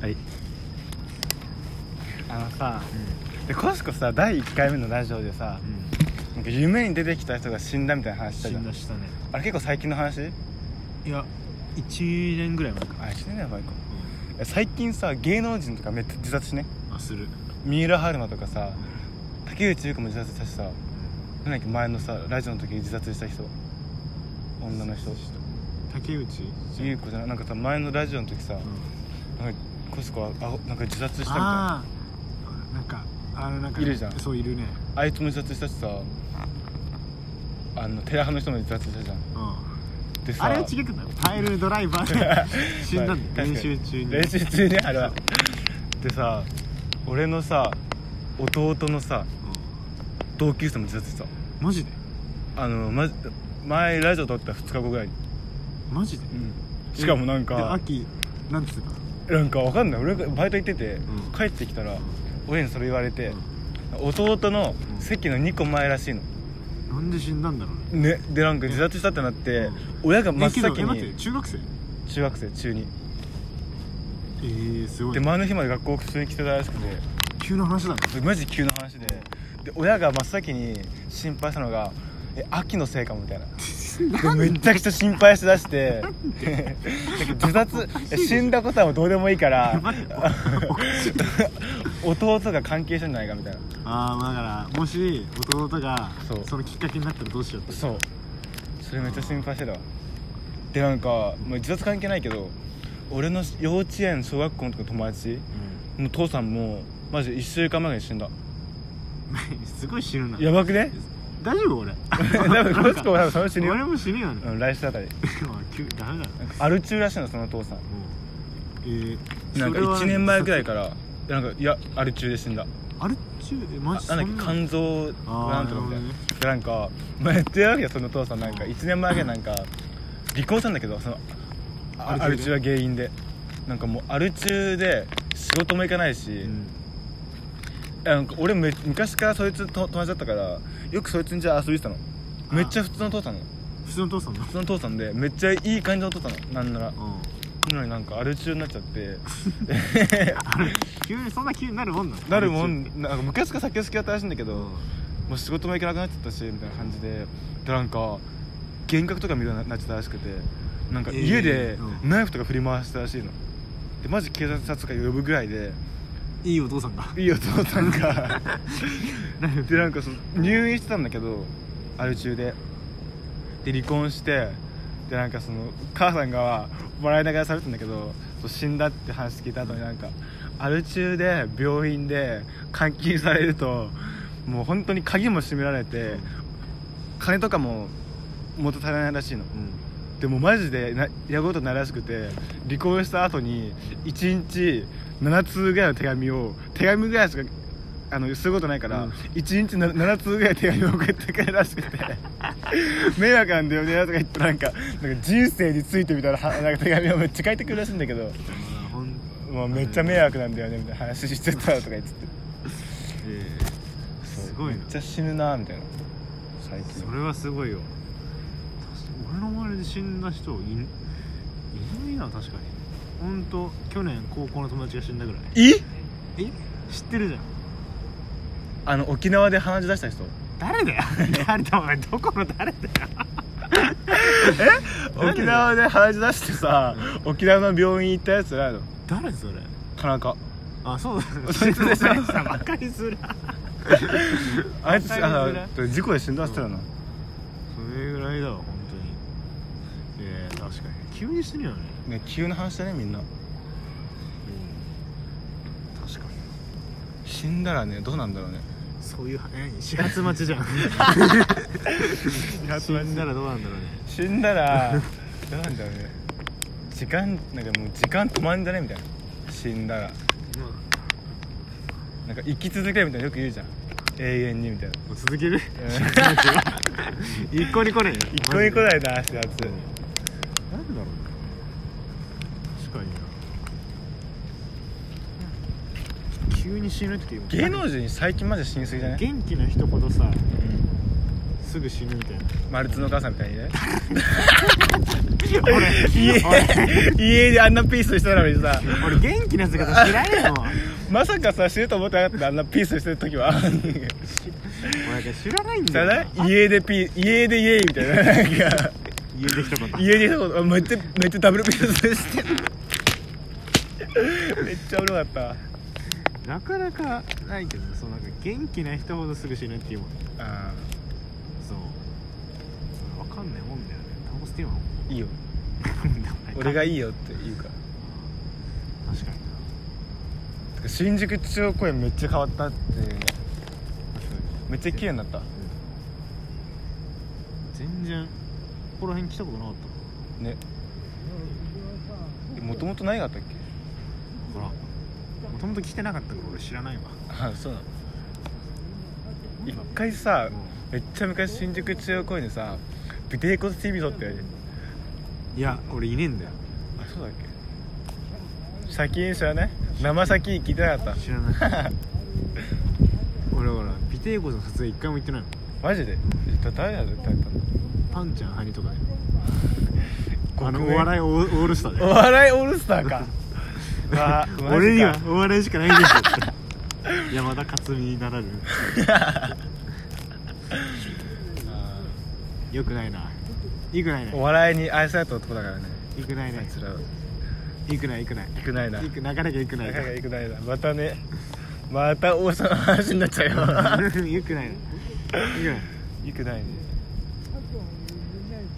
はいあのさでコシコさ第1回目のラジオでさなんか夢に出てきた人が死んだみたいな話した死じゃんんだしたねあれ結構最近の話いや1年ぐらい前か、あ死ねないバイクえ最近さ芸能人とかめっちゃ自殺しねあする三浦春馬とかさ竹内結子も自殺したしさなんだっけ前のさラジオの時に自殺した人女の人竹内優子じゃないなんかさ前のラジオの時さ、なんかコシコはあなんか自殺したみたいなああなんかあのなんかいるじゃんそういるねあいつも自殺したしさあの寺派の人も自殺したじゃんうんでさあれは違くないパイルドライ バーで死んだんだよはい練習中に練習中にあれはでさ俺のさ弟のさう同級生も自殺してんマジでたあの、ま、前ラジオ撮った2日後ぐらいに、マジでしかもなんでか秋なんつうかなんかわかんない俺がバイト行ってて、うん帰ってきたら親にそれ言われてう、弟のうん席の2個前らしいのなんで死んだんだろうねねでなんか自殺したってなって、うん親が真っえけど先え待ってに中学生え中学生中にえー、すごでい前の日まで学校普通に来てたらしくて急な話だなマジ急な話でで親が真っ先に心配したのが「え秋のせいかも」みたいなでめっちゃくちゃ心配しだしてなんか自殺え死んだことはもうどうでもいいから 弟が関係してんじゃないかみたいなああだからもし弟がそうそのきっかけになったらどうしようってそうそれめっちゃ心配してたわでなんか、まあ、自殺関係ないけど俺の幼稚園小学校の時の友達の父さんもマジ1週間前に死んだうん すごい死ぬなやばくね大丈 夫俺多分こいつも多分その死ぬよ俺も死ぬよねうん来週あたりまあ急ダメだなもうアル中らしいのその父さんえーなんそかれは1年前ぐらいからなんかいやアル中で死んだあれっちゅうえあマジなんだっけそん肝臓なんとかみたいなあーなるほどねでなんかまあやってるわけよその父さんなんかうん1年前ぐらいなんか離婚したんだけどそのあアアルル中中でが原因でなんかもうアル中で仕事も行かないし、うんなんか俺め昔からそいつと友達だったからよくそいつにじゃあ遊びしてたのあめっちゃ普通の父さんなの普通の父さんだ普通の父さんでめっちゃいい感じの父さんなのなんならうんなのになんかアル中になっちゃって急にそんな急になるもんなのなるもあれっちゅうってんなんか昔から酒好きだったらしいんだけど、うんもう仕事も行けなくなっちゃったしみたいな感じででなんか幻覚とか見るようになっちゃったらしくてなんかえー家でうんナイフとか振り回したらしいの、でマジ警察とか呼ぶぐらいでいいお父さんがいいお父さんがナイフでなんかその入院してたんだけどある中でで離婚してでなんかその母さんが笑いながら喋ったんだけどそう死んだって話聞いた後になんかアル中で病院で監禁されるともう本当に鍵も閉められて金とかも元足らないらしいのうんでもマジでなやることないらしくて離婚した後に1日7通ぐらいの手紙を手紙ぐらいしかあのすることないから、うん一1日な7通ぐらい手紙を送ってくれるらしくて 迷惑なんだよねとか言ってなんかなんか人生についてみたいなはなんか手紙をめっちゃ書いてくるらしいんだけどまあほんもうめっちゃ迷惑なんだよねみたいな話してたとか言っててえーすごいめなっちゃ死ぬなみたいな最近それはすごいよ確か俺の周りで死んだ人いいないな確かに本当去年高校の友達が死んだぐらいええ知ってるじゃんあの沖縄で鼻血出した人誰 だよ誰だお前どこの誰だよ何沖縄で鼻血出してさ、沖縄の病院行ったやつじゃないの誰それ田中あそうだそいつでしょバカにするあいつわかりづらいあ事故で死んだっつってたな、それぐらいだわ本当にええ確かに急に死ぬよねね急な話だねみんなうん確かに死んだらねどうなんだろうねそういうえ 始発待ちじゃん死んだらどうなんだろうね死んだ らどうなんだろうね時間なんかもう時間止まんじゃねみたいな死んだらまあなんか生き続けるみたいなよく言うじゃん永遠にみたいなもう続けうるん一向に来ないよ一個一個だよなってやつなんだろうな確かにな急に死ぬっていう芸能人最近まで死にすぎじゃない元気な人ほどさすぐ死ぬみたいなマルツのお母さんみたいにね俺家家であんなピースしてたのにさ俺俺元気な姿知らねえもんまさかさ死ぬと思ってなかったあんなピースしてる時は俺なんか知らないんださよなな家でピー家でイエイみたいななんか家できたこと家でそうめっちゃめっちゃダブルピースしてるめっちゃおもろかったなかなかないけどねそうなんか元気な人ほどすぐ死ぬっていうもんあそうそれわかんないもんだよねタバコ吸っていいもんーいいよ俺俺がいいいよって言うから確かになてか新宿中央公園めっちゃ変わったって確かにめっちゃ綺麗になった全然ここら辺来たことなかっねもともと何があったっけたからもともと来てなかったから俺知らないわあそうなの一回さめっちゃ昔新宿中央公園でさビデオコス TV 撮ったよねいや俺いねえんだよあそうだっけ先に知らない生先聞いてなかっ知らないた俺ほらビテイコの撮影一回も行ってないもんマジでえだ誰だ誰だったのパンちゃんハニとかであごのめんお笑いオーオールスターでお笑いオールスター かうわマジか俺にはお笑いしかないんですよ山田勝美にならぬよくないなよくないおね笑いに愛された男だからねよくなあいいねつらはよくないよくない行くないなよくなかなかよくない仲 が良くないなまたねまた王様の話になっちゃうよ よ くないねよくない良くないね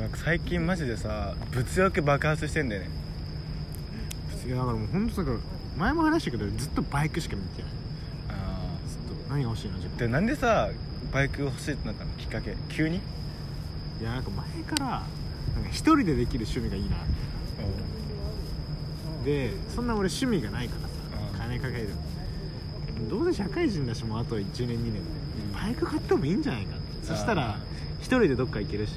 なんか最近マジでさ物欲爆発してんだよねいやだからもう本当だから前も話したけどずっとバイクしか見てないあずっと何が欲しいの自ー分でなんでさバイク欲しいってなったのきっかけ急にいやなんか前からなんか一人でできる趣味がいいなでそんな俺趣味がないからうんさ金かけてもどうせ社会人だしもうあと1年2年でうんバイク買ってもいいんじゃないかってそしたらあ一人でどっか行けるし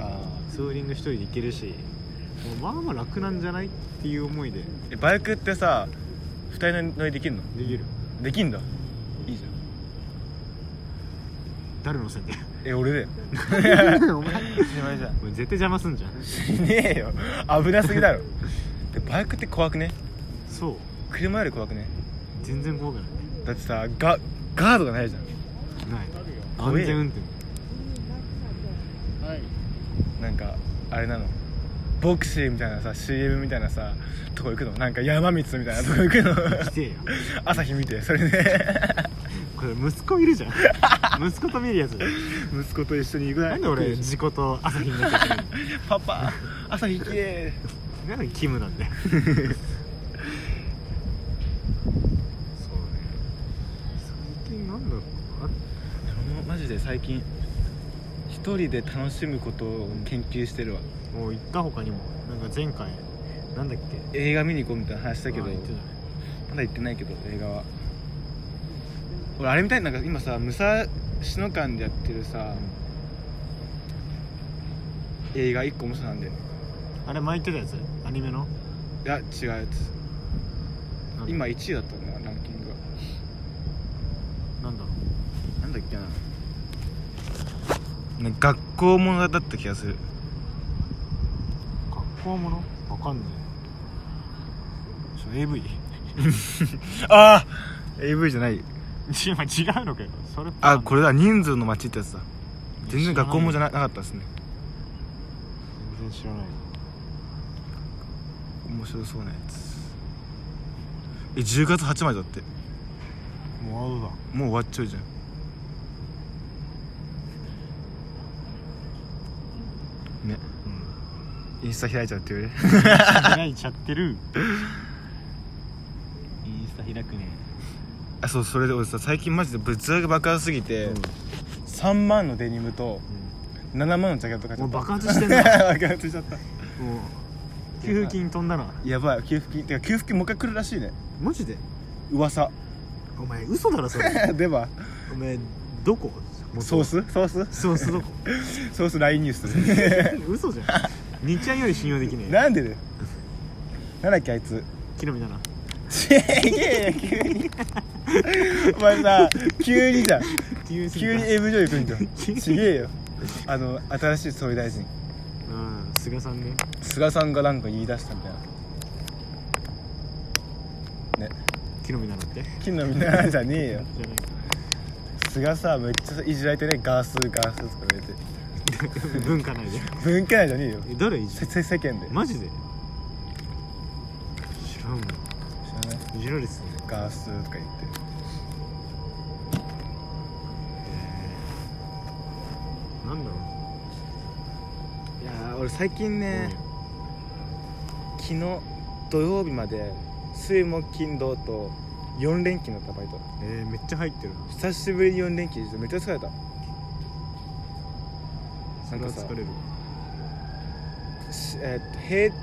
あツーリング一人で行けるしもうまあまあ楽なんじゃないっていう思いでーえバイクってさ二人乗りできんのできるできんだいいじゃん誰のせいでえ俺だよお前しまいじゃんお前絶対邪魔すんじゃんしねえよ危なすぎだろでバイクって怖くねそう車より怖くね全然怖くないだってさガガードがないじゃんない怖え安全運転なんかあれなのボクシーみたいなさ CM みたいなさとこ行くのなんか山道みたいなとこ行 くの来てえよ朝日見てそれで、これ息子いるじゃん息子と見るやつじゃん息子と一緒に行くなんで俺事故と朝日になっちゃってるパパ朝日きれのなんでキムなんだよそうね最近なんだろういマジで最近一人で楽しむことを研究してるわあもう行った他にもなんか前回なんだっけ映画見に行こうみたいな話したけどあまー言ってたねだ行ってないけど映画は俺あれみたいになんか今さ武蔵野館でやってるさ映画一個面白いなんだよねあれ前言ってたやつアニメのいや違うやつなんだ今1位だったんだランキングがなんだろなんだっけな学校ものだった気がするう学校ものわかんないそう AV ああ AV じゃない 今違うのかよそれあこれだ人数の街ってやつだ全然学校ものじゃななかったですね全然知らない面白そうなやつえ10月8までだってもう会うわもう終わっちゃうじゃんねインスタ開いちゃうって言うね開いちゃってるインスタ開くね あそうそれで俺さ最近マジで物欲爆発すぎて、3万のデニムと7万のジャケット買っちゃもっうた爆発して んなも爆発しちゃったう給付金飛んだなやばい給付金てか給付金もう一回来るらしいねマジで噂お前嘘だろそ れではお前どこソースソースソース どこソース LINE ニュ ー嘘じゃん日ちゃんより信用できねスえなんでだよなんだっけあいつ木の実だなちげえよ急にお前さ急にじゃん急すぎ急たに M 女優来んじゃんすげえよあの新しい総理大臣うん菅さんね菅さんがなんか言い出したみたいなね木の実なのって金のみんなじゃねえよじゃない菅さめっちゃいじられてねガースガースとか言われて文化内で文化内じゃねえよえ誰いじせるせ世間でマジで知らんわ知らないいじられてたんだガースとか言ってなんだろいやー俺最近うね、昨日土曜日まで水木金土と4連勤だったバイトうんえー、めっちゃ入ってるな久しぶりに4連勤してめっちゃ疲れたなんかさ疲れるしえーっと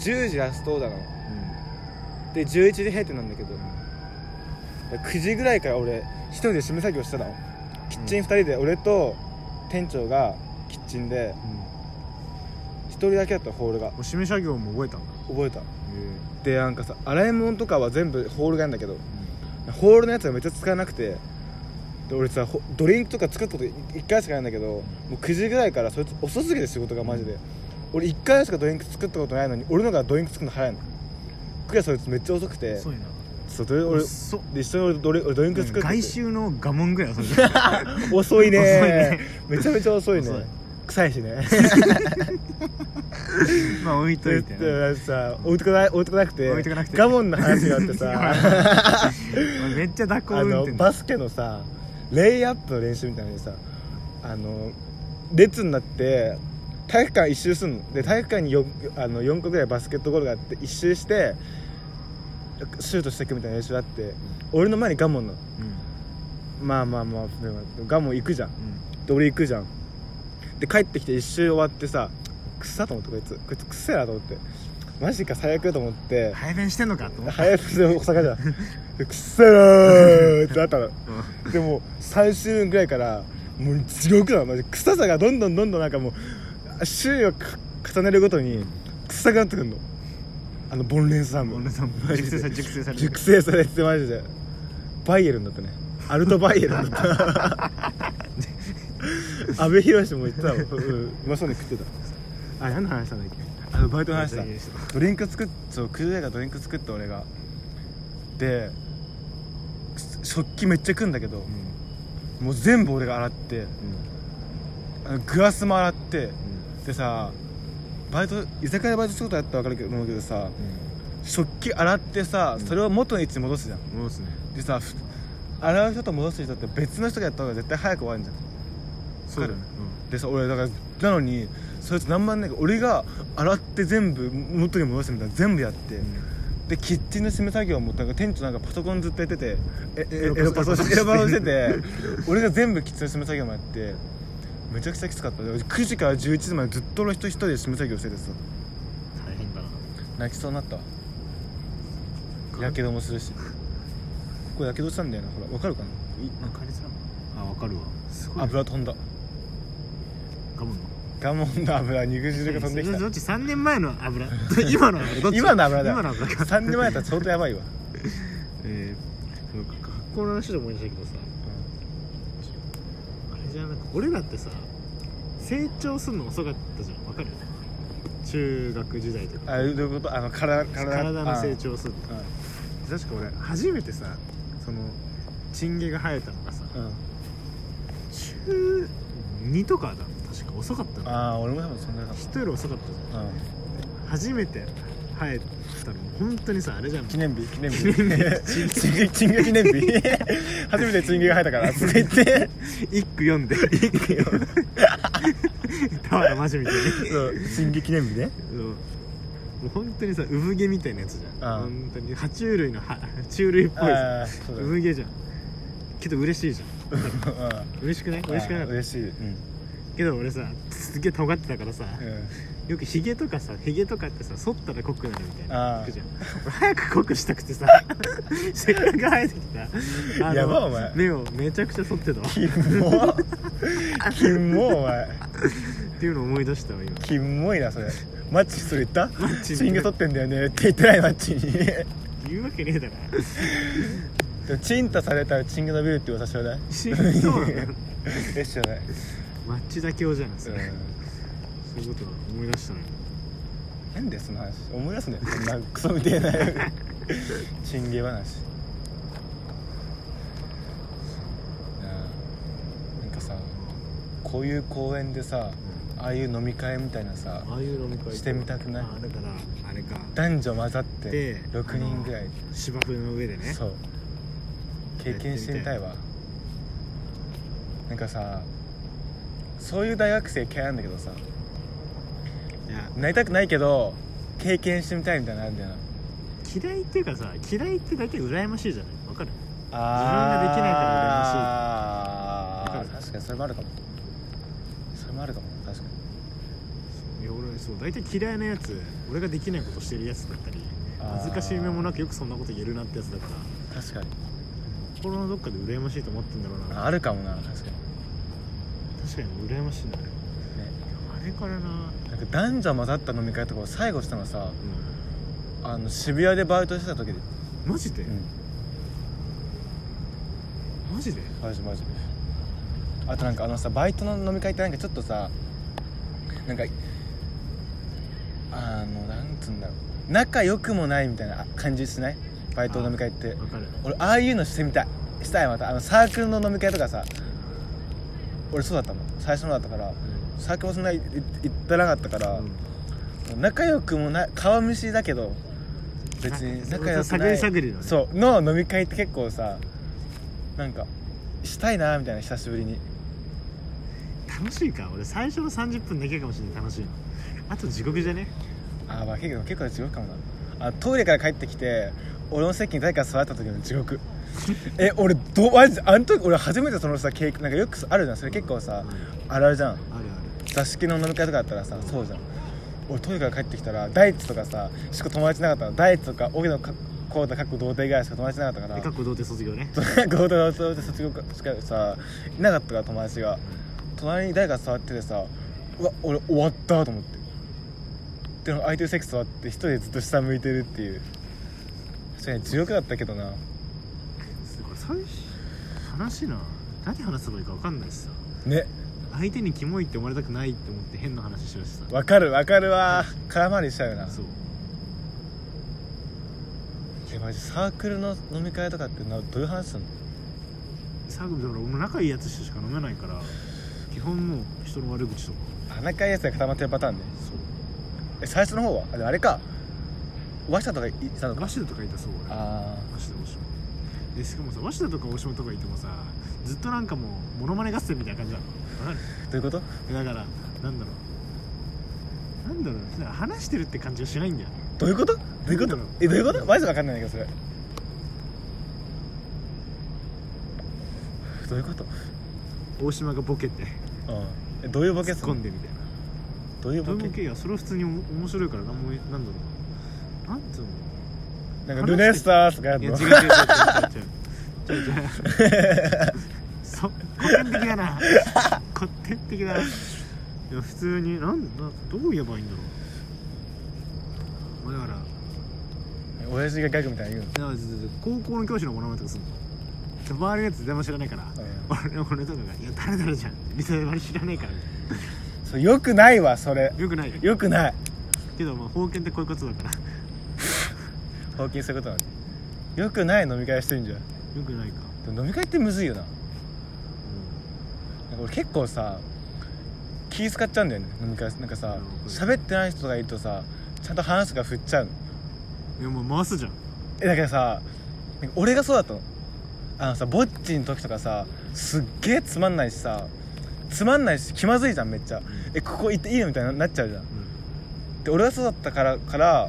閉10時ラストオーダーなのうで11時閉店なんだけど9時ぐらいから俺一人で締め作業してたのキッチン2人で俺と店長がキッチンでん、うん、も1人だけだったのホールがう締め作業も覚えたんだ覚えたえでなんかさ洗い物とかは全部ホールがやんだけどホールのやつがめっちゃ使えなくてで俺さほドリンクとか作ったこと1回しかないんだけどもう9時ぐらいからそいつ遅すぎて仕事がマジで俺1回しかドリンク作ったことないのに俺のがドリンク作るの早いのクリそいつめっちゃ遅くて遅いなそうどれ俺遅っで一緒に俺ドリ俺ドリンク作ってて外周の我慢ぐらい 遅い遅いね遅いねめちゃめちゃ遅いね遅い臭いし ね まあ置いといてでなでさ置いてこない置いてこなくて置いてかなくてガモンの話があ ってさ俺 めっちゃ蛇行あ運の転バスケのさレイアップの練習みたいなのでさあの列になって体育館一周すんので体育館に 4, あの4個ぐらいバスケットゴールがあって一周してシュートしていくみたいな練習があって俺の前にガモンなのうんうんまあまあまあでもガモン行くじゃんで俺行くじゃんで帰ってきて一周終わってさくっさと思ってこいつこいつくっせえなと思ってマジか最悪だと思 って早弁してんのかと思って早くて大阪じゃんでくっせえなーってなったのうでも3週分ぐらいからもう地獄なのマジ臭さがどんどんどんどんなんかもう週をか重ねるごとに臭くなってくるのあのボンレンさんんも俺さマ熟ジ成さでれ熟成されてる熟成されてマジでバイエルンだったねアルトバイエルンだ った阿部寛も言ってたもん、うん、うまそうに食ってたあ何の話したんだっけあのバイトの話だドリンク作っそうクズがドリンク作って俺がで食器めっちゃ食うんだけど、うんもう全部俺が洗ってあのグラスも洗ってうでさバイト居酒屋でバイトしたことあったら分かると思うけどさ食器洗ってさうんそれを元の位置に戻すじゃんんもうですねでさふ洗う人と戻す人って別の人がやった方が絶対早く終わるじゃんそうだねでさ俺だからなのにそいつ何万年か俺が洗って全部元に戻すみたいな全部やって、でキッチンの締め作業もなんか店長なんかパソコンずっとやっててええエエロロパソパソしてエロパソしてて俺が全部キッチンの締め作業もやってめちゃくちゃきつかったで9時から11時までずっと俺一人一人で締め作業しててさ大変だな泣きそうになったわやけどもするしこれやけどしたんだよなほらわかるかなんかあれづらあわかるわすごいな油飛んだガムのガモンの油肉汁が飛んできたどっち3年前の油 今の油どっち今の油だ今の油か3年前だったら相当やばいわえーなんか学校の話で思い出したけどさあれじゃなく俺らってさ成長するの遅かったじゃんわかる中学時代とかあどういうことあの体体体の成長長するの確か俺初めてさそのチン毛が生えたのがさうん、うん、中2とかだ確か遅かったのああ俺も多分そんなやつ人より遅かったじだった、うんゃん初めて生えたの本当にさあれじゃん記念日記念日記念 チンチンチンゲ記念日 初めてチンゲが入った からとか言って一句読んで一句読んで俵マジみたいにそうチンゲ記念日ねそうもう本当にさ産毛みたいなやつじゃんああ本当に爬虫類のは爬虫類っぽいさああそう だね産毛じゃんけど嬉しいじゃん嬉しくないうん嬉しくなあーかっ嬉しいうんたけど俺さすげえ尖ってたからさよくヒゲとかさヒゲとかってさ剃ったら濃くなるみたいああな聞くじゃん俺早く濃くしたくて させっかく生えてきたあのやばお前目をめちゃくちゃ剃ってたわキ モキモお前っていうのを思い出したわ今キモいなそれマッチそれ言ったマッ チチンゲ取ってんだよねって言ってないマッチに言うわけねえだろでもチンタされたらチンが伸びるって噂知らないそうだねえ知らないマッチ妥協じゃないですうか、んそういうことは思い出したねなんでその話思い出すねそんなクソみてえなチンゲ話うんなんかさこういう公園でさああいう飲み会みたいなさああいう飲み会してみたくないあだからあれか男女混ざってで6人ぐらい芝生の上でねそう経験してみたいわなんかさそういう大学生嫌いなんだけどさいやなりたくないけど経験してみたいみたいなのあるんだよな嫌いっていうかさ嫌いってだけ羨ましいじゃないわかるあー自分ができないから羨ましい確わかるかにそれもあるかもそれもあるかも確かにいや俺そう大体嫌いなやつ俺ができないことしてるやつだったりあー恥ずかしい目もなくよくそんなこと言えるなってやつだから確かに心のどっかで羨ましいと思ってんだろうなあるかもな確かに確かに羨ましいんだよねあれからな、なんか男女混ざった飲み会とかを最後したのさあの渋谷でバイトしてた時でマジで、うんマジでマジマジあとなんかあのさバイトの飲み会ってなんかちょっとさなんかあのなんつうんだろう仲良くもないみたいな感じしないバイトの飲み会ってわかる俺ああいうのしてみたいしたいまたあのサークルの飲み会とかさ俺そうだったもん最初のだったからサークルもそんな行ってなかったから、仲良くもない顔見知りだけど別に仲良く探ないり探りのねそうの飲み会って結構さなんかしたいなみたいな久しぶりに楽しいか俺最初の30分だけかもしれない楽しいのあと地獄じゃねあーまあ結構結構地獄かもなあトイレから帰ってきて俺の席に誰か座った時の地獄え俺どマジであの時俺初めてそのさ経験なんかよくあるじゃんそれ結構さあるあるじゃんあるあ座敷の飲み会とかだったらさそうじゃん俺トイレから帰ってきたら大地とかさしか友達いなかったの大地とか荻野かこうだかっこ童貞ぐらいしか友達いなかったかるでらかっこ童貞卒業ね合同の卒業しかさいなかったから友達が隣に誰か座っててさうわ俺終わったと思ってでも相手の席座って一人でずっと下向いてるっていうそれ強くだったけどなすごい最初話な何話せばいいか分かんないしさね相手にキモいって思われたくないって思って変な話しましたわかるわかるわ空回りしちゃうなそうえマジサークルの飲み会とかってなどういう話すんのサークルだから俺も仲いいやつしか飲めないから基本もう人の悪口とか鼻かいやつが固まってるパターンねそうえ最初の方はあでもあれかワシタとかいたのかガシダとかいたそう俺あマシダ大島でしかもさ鷲田とか大島とかいてもさずっとなんかもうモノマネ合戦みたいな感じなのわかあどういうことるだからなんだろうなんだろうなんか話してるって感じがしないんだよねどういうことどういうことなんだろうえどういうことマジでわかんないんだけどそれどういうこと大島がボケてうんえどういうボケ突っっす込のんでみたいなどういうどボういうケボケいやそれは普通にお面白いから何もなんだろうなんつうのなんかルネッサースとかやいるや違のう違う違う違う違う違う違う そう古典的だな古典的だないや普通になんだどう言えばいいんだろうまあだから 親父がギャグみたいなの言うだからずずず高校の教師のモノマネとかするの周りのやつ誰も知らないから、俺の俺とかが「いや誰々じゃん」みたいな知らないからみたいのそうよくないわそれなよくないよよくないけどまあ封建ってこういうことだから放金することなんでよくない飲み会してんじゃんよくないか、でも飲み会ってむずいよなうなんか俺結構さ気使っちゃうんだよね飲み会なんかさうん喋ってない人がいるとさちゃんと話すが振っちゃうのん、いやもう回すじゃんえだからさなんか俺がそうだったのあのさぼっちの時とかさすっげえつまんないしさつまんないし気まずいじゃんめっちゃえここ行っていいのみたいになっちゃうじゃんで俺がそうだったからから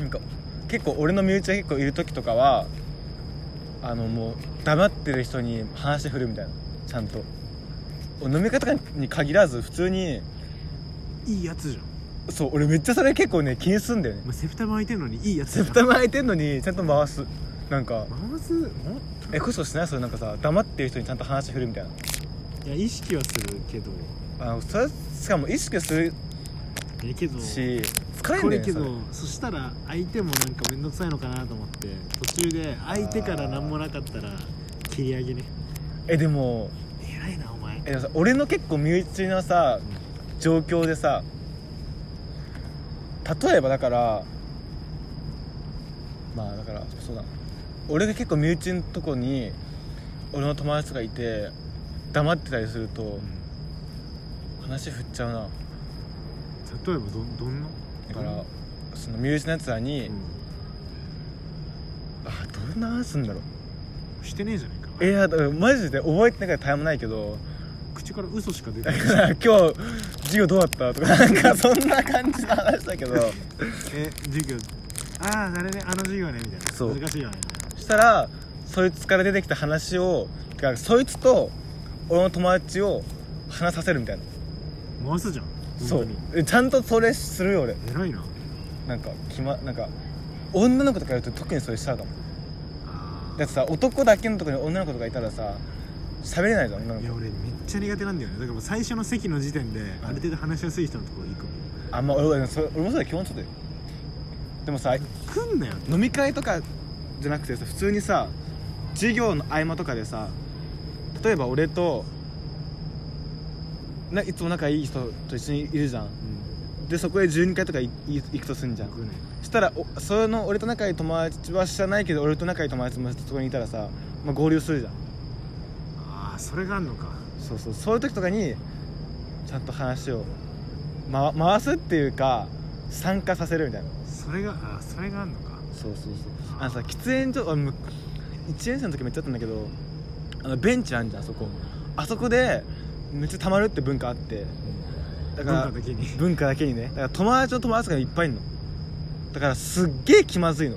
なんか結構俺の身内が結構いる時とかはあのもう黙ってる人に話振るみたいなちゃんと飲み方に限らず普通にいいやつじゃんそう俺めっちゃそれ結構ね気にすんだよねお前セフタ巻いてんのにいいやつじセゃんプタム空いてんのにちゃんと回すなんか回すもえこそしないそれなんかさ黙ってる人にちゃんと話振るみたいないや意識はするけどあのそれしかも意識するえけどし疲れんこだれよねけそれどそしたら相手もなんか面倒くさいのかなと思って途中で相手から何もなかったら切り上げねえでも偉いなお前えでもさ俺の結構身内なさ状況でさ例えばだからまあだからそうだな俺が結構身内のとこに俺の友達がいて黙ってたりすると話振っちゃうな例えばどどんなだからその身内のやつらに、うあどんな話すんだろうんしてねえじゃないかいやだからマジで覚えてないから絶えもないけど 口から嘘しか出てだな いから今日授業どうだったとか なんかそんな感じの話だけどえ授業あああれねあの授業ねみたいなそう難しいよねみしたらそいつから出てきた話をてかそいつと俺の友達を話させるみたいなたいな回すじゃんそ本当うにえちゃんとそれするよ俺偉いななんかきまなんか女の子とかいると特にそれしちゃうかもあだってさ男だけのとこに女の子とかいたらさ喋れないじゃん女のーい子や俺めっちゃ苦手なんだよねだからもう最初の席の時点である程度話しやすい人のところ行くもんあんまあ俺俺そ俺もそうだよ基本そうだよでもさ来んなよって飲み会とかじゃなくてさ普通にさ授業の合間とかでさ例えば俺とないつも仲いい人と一緒にいるじゃんでそこへ12回とかいい行くとすんじゃん来ないしたらおその俺と仲いい友達は知らないけど俺と仲いい友達もそこにいたらさ、まあ、合流するじゃんああそれがあんのかそうそうそういう時とかにちゃんと話を、ま、回すっていうか参加させるみたいなそれがあーそれがあんのかそうそうそうあのさ喫煙所あの1年生の時めっちゃあったんだけどあのベンチあんじゃんあそこあそこでめっちゃたまるって文化あってだ文から化的に文化だけにねだから友達の友達がいっぱいいるのだからすっげえ気まずいの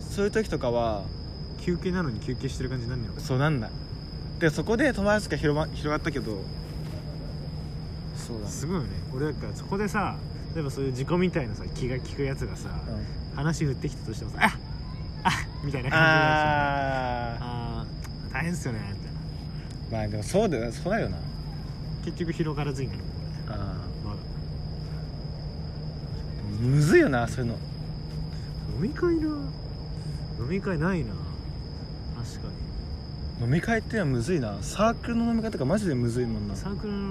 そういう時とかは休憩なのに休憩してる感じになんねやろそうなんないでそこで友達が広,、ま、広がったけどそうだねすごいよね俺だからそこでさ例えばそういう自己みたいなさ気が利くやつがさ、うん話振ってきたとしてもさ「あっあっ」みたいな感じになっちゃう あああー大変っすよねみたいなまあでもそうだよなそうなるよな結局広がらずになるもんこれあまだーむずいよなそういうの飲み会な飲み会ないな確か飲み会ってのはむずいなサークルの飲み会とかマジでむずいもんなにサークルの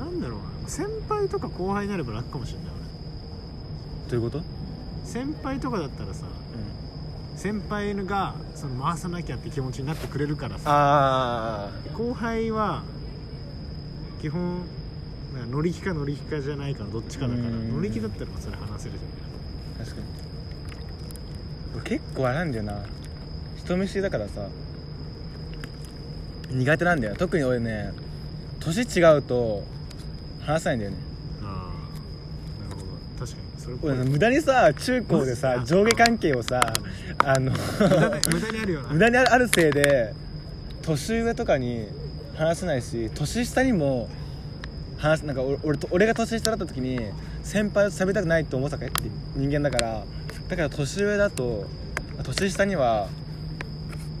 なんだろうな先輩とか後輩になれば楽かもしれないどういうこと、俺先輩とかだったらさ先輩がその回さなきゃって気持ちになってくれるからさあ後輩は基本なんか乗り気か乗り気かじゃないからどっちかだからうん乗り気だったらそれ話せるじあ確かに俺結構あれなんだよな人見知りだからさ苦手なんだよ特に俺ね年違うと話さないんだよねゃんああなるほど確かにそれっぽい俺ね無駄にさ中高でさ上下関係をさあの無駄で無駄にあるよな無駄にあるあるせいで年上とかに話せないし年下にも話せなんか俺俺と俺が年下だった時に先輩と喋りたくないと思ってた人間だからだから年上だと年下には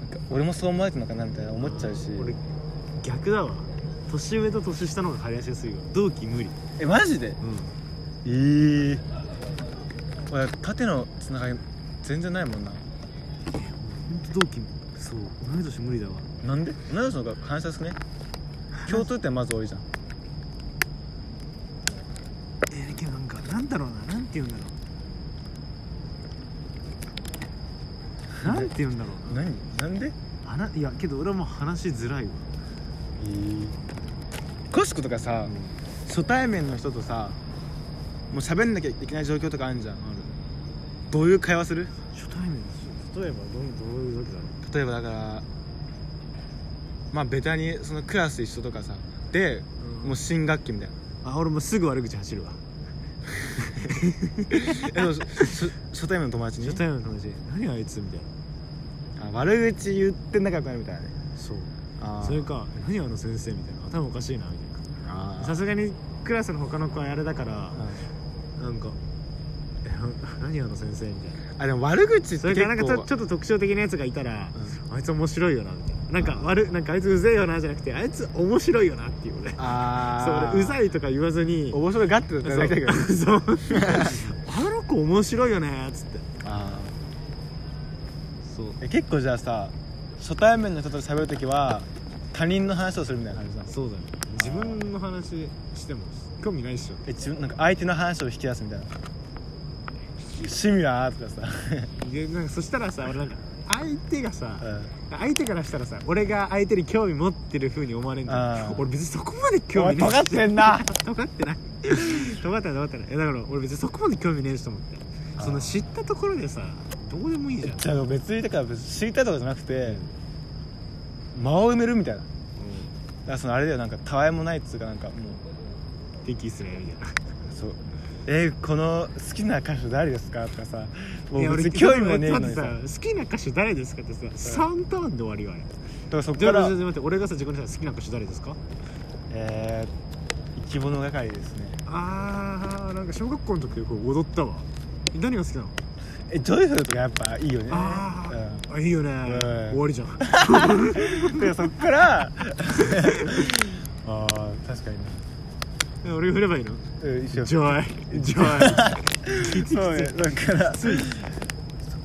なんか俺もそう思われてるのかなみたいな思っちゃうし俺逆だわ年上と年下の方が話しやすいわ同期無理えマジでうえー、俺縦のつながり全然ないもんなんほんと同期そう同い年無理だわなんで何での方が話しやすくね共通点まず多いじゃんえー、けどなんかなんだろうななんて言うんだろうなんて言うんだろうな何なんであないやけど俺はもう話しづらいわコシコとかさ、初対面の人とさもう喋んなきゃいけない状況とかあるじゃんどういう会話する初対面例えばどんどういう時だろ例えばだからまあベタにそのクラス一緒とかさでうもう新学期みたいなあ俺もうすぐ悪口走るわえでもし初 初対面の友達に初対面の話何あいつみたいあ悪口言って仲良くなるみたいなねなそうあーそれかえ何あの先生みたいな頭おかしいなみたいあなーさすがにクラスの他の子はあれだからなんかえな何あの先生みたい なあでも悪口ってそれ結からなんかちょ構ちょっと特徴的なやつがいたら、あいつ面白いよなみたいななんか悪いなんかあいつうぜえよなじゃなくてあいつ面白いよなっていうねあそあううざいとか言わずに面白いガッてなりたいけどねそう そうあの子面白いよねっつってあーそうえ結構じゃあさ初対面の人と喋るときは他人の話をするみたいな感じなのそうだね自分の話しても興味ないっしょえ自分なんか相手の話を引き出すみたいな趣味はとかさ、でなんかそしたらさ俺なんか相手がさ、うん相手からしたらさ俺が相手に興味持ってる風に思われるんじゃあんー俺別にそこまで 興味ねえおい尖ってんな尖ってない尖ってない尖ってないえだから俺別にそこまで興味ねえしと思ってあーその知ったところでさどうでもいいじゃんじゃあ別にだから別に知りたいとかじゃなくて間を埋めるみたいなだからそのあれだよなんかたわいもないっつうかなんかもうテキストねみたいなそうえー、この好きな歌手誰ですかとかさもいやう俺別に興味もねえのだっにてささ好きな歌手誰ですかってさ3ターンで終わるよあれだからそっじゃかあじゃらあ待って俺がさ自分でさ好きな歌手誰ですかえー、生き物係ですねあーなんか小学校の時よく踊ったわ何が好きなのえジョイフルとかやっぱいいよねあうんーあいいよねん終わ りじゃんでそっから ああ確かにね俺が振ればいいのうん一緒ジョイジョイき ついきついそうねそっからそっ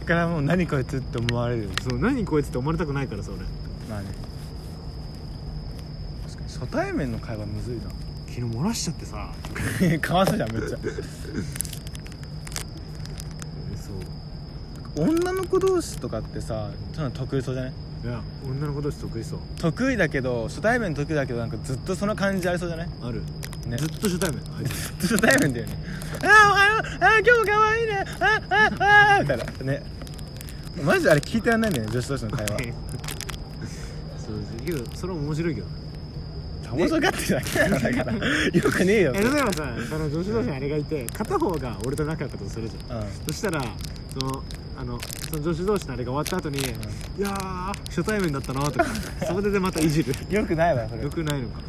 からもう何こいつって思われるそう何こいつって思われたくないからさ俺まあね確かに初対面の会話むずいな昨日漏らしちゃってさ かわすじゃんめっちゃそう女の子同士とかってさそんなの得意そうじゃないいや女の子同士得意そう得意だけど初対面得意だけどなんかずっとその感じありそうじゃないあるねずっと初対面あいつずっと初対面だよねあーあーあー今日可愛いねああああみたいなねマジであれ聞いてらんないんだよね女子同士の 会話 そうけどそれ面白いけどね面白がってるだけだろだからよくねえよえ例えばさその女子同士にあれがいて片方が俺と仲良かったとするじゃんうそしたらそのあのその女子同士のあれが終わった後に、いやー初対面だったなとかそこでまたいじるんよくないわそれよくないのか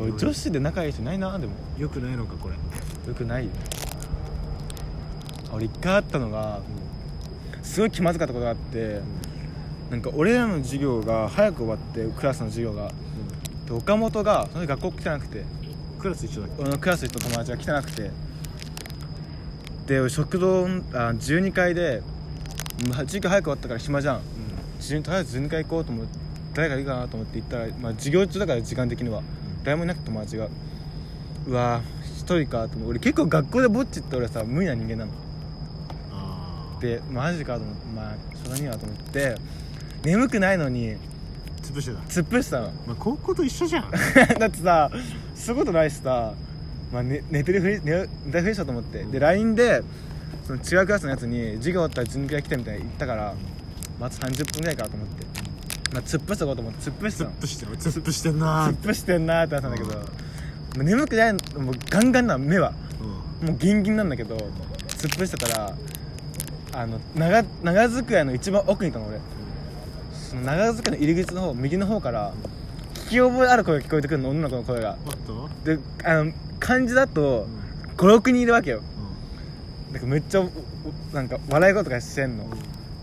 俺女子で仲いい人いないなでもよくないのかこれよくないよあ俺一回あったのがすごい気まずかったことがあってなんか俺らの授業が早く終わってクラスの授業がで岡本がその時学校来てなくてクラス一緒だっけ俺のクラスの人の友達が来てなくてで俺食堂あ12階でまあ授業早く終わったから暇じゃん12とりあえず12階行こうと思って誰かいいかなと思って行ったら、まあ、授業中だから時間的には誰もいなくて友達がうわー一人かと思って俺結構学校でぼっちって俺さ無理な人間なのあでマジかと思ってまあしょうがねえわと思って眠くないのにあ潰してた突っ伏してたのまあ高校と一緒じゃ んだってさすることないしさ、まあ、寝寝てるふり寝寝たふりしたと思ってで LINE でその違うクラスのやつに授業終わったら12階来てみたいに言ったからまああと30分ぐらいかと思って、まあ、突っ伏しとこうと思って突っ伏してた突のっ伏してる突っ伏してんなア ーッってプしてんなーってなったんだけどもう眠くないもうガンガンなの目はうもうギンギンなんだけど突っ伏してたらあの長長机の一番奥にいたの俺その長机の入り口の方右の方から聞き覚えある声が聞こえてくるの女の子の声がんおっとであの漢字だとうん56人いるわけよなんかめっちゃおおなんか笑い声とかしてんの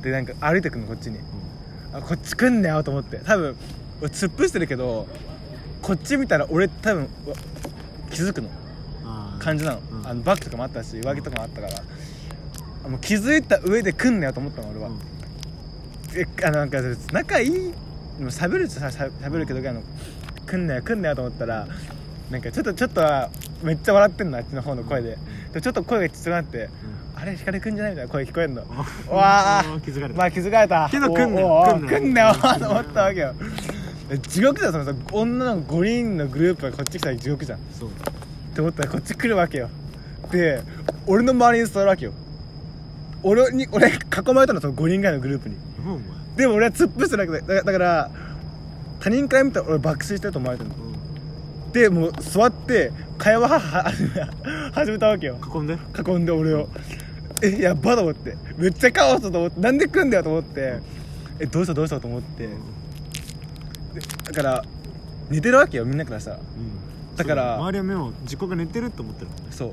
でなんか歩いてくんのこっちにあこっち来んなよと思って多分俺突っ伏してるけどこっち見たら俺多分うわ気づくのあー感じなの,、うんあのバッグとかもあったし上着とかもあったから、あもう気づいた上で来んなよと思ったの俺は、うんえあのなんか仲いいもう喋るっちゃしゃ喋るけど、あの来んなよ来んなよと思ったらなんかちょっとちょっとはめっちゃ笑ってんのあっちの方の声で,、でちょっと声がちっちゃくなって「あれ光くんじゃない?」みたいな声聞こえんのうんわーうん 気づかれたまあ気づかれたけど来んなよおうおうおう来来んんななよよと思ったわけよ地獄だよそのさ女の5人のグループがこっち来たら地獄じゃんっそうて思ったらこっち来るわけよで俺の周りに座るわけよ俺に俺囲まれたのその5人ぐらいのグループにもうお前でも俺は突っ伏してなくてだだから他人から見たら俺爆睡してると思われてるのでもう座って会話はは始めたわけようん囲んで囲んで俺をえやばと思ってめっちゃカオスと思ってなんで来んだよと思ってえどうしたどうしたと思ってだから寝てるわけよみんなからしたらうんだからそう周りは目を自己が寝てると思ってるそう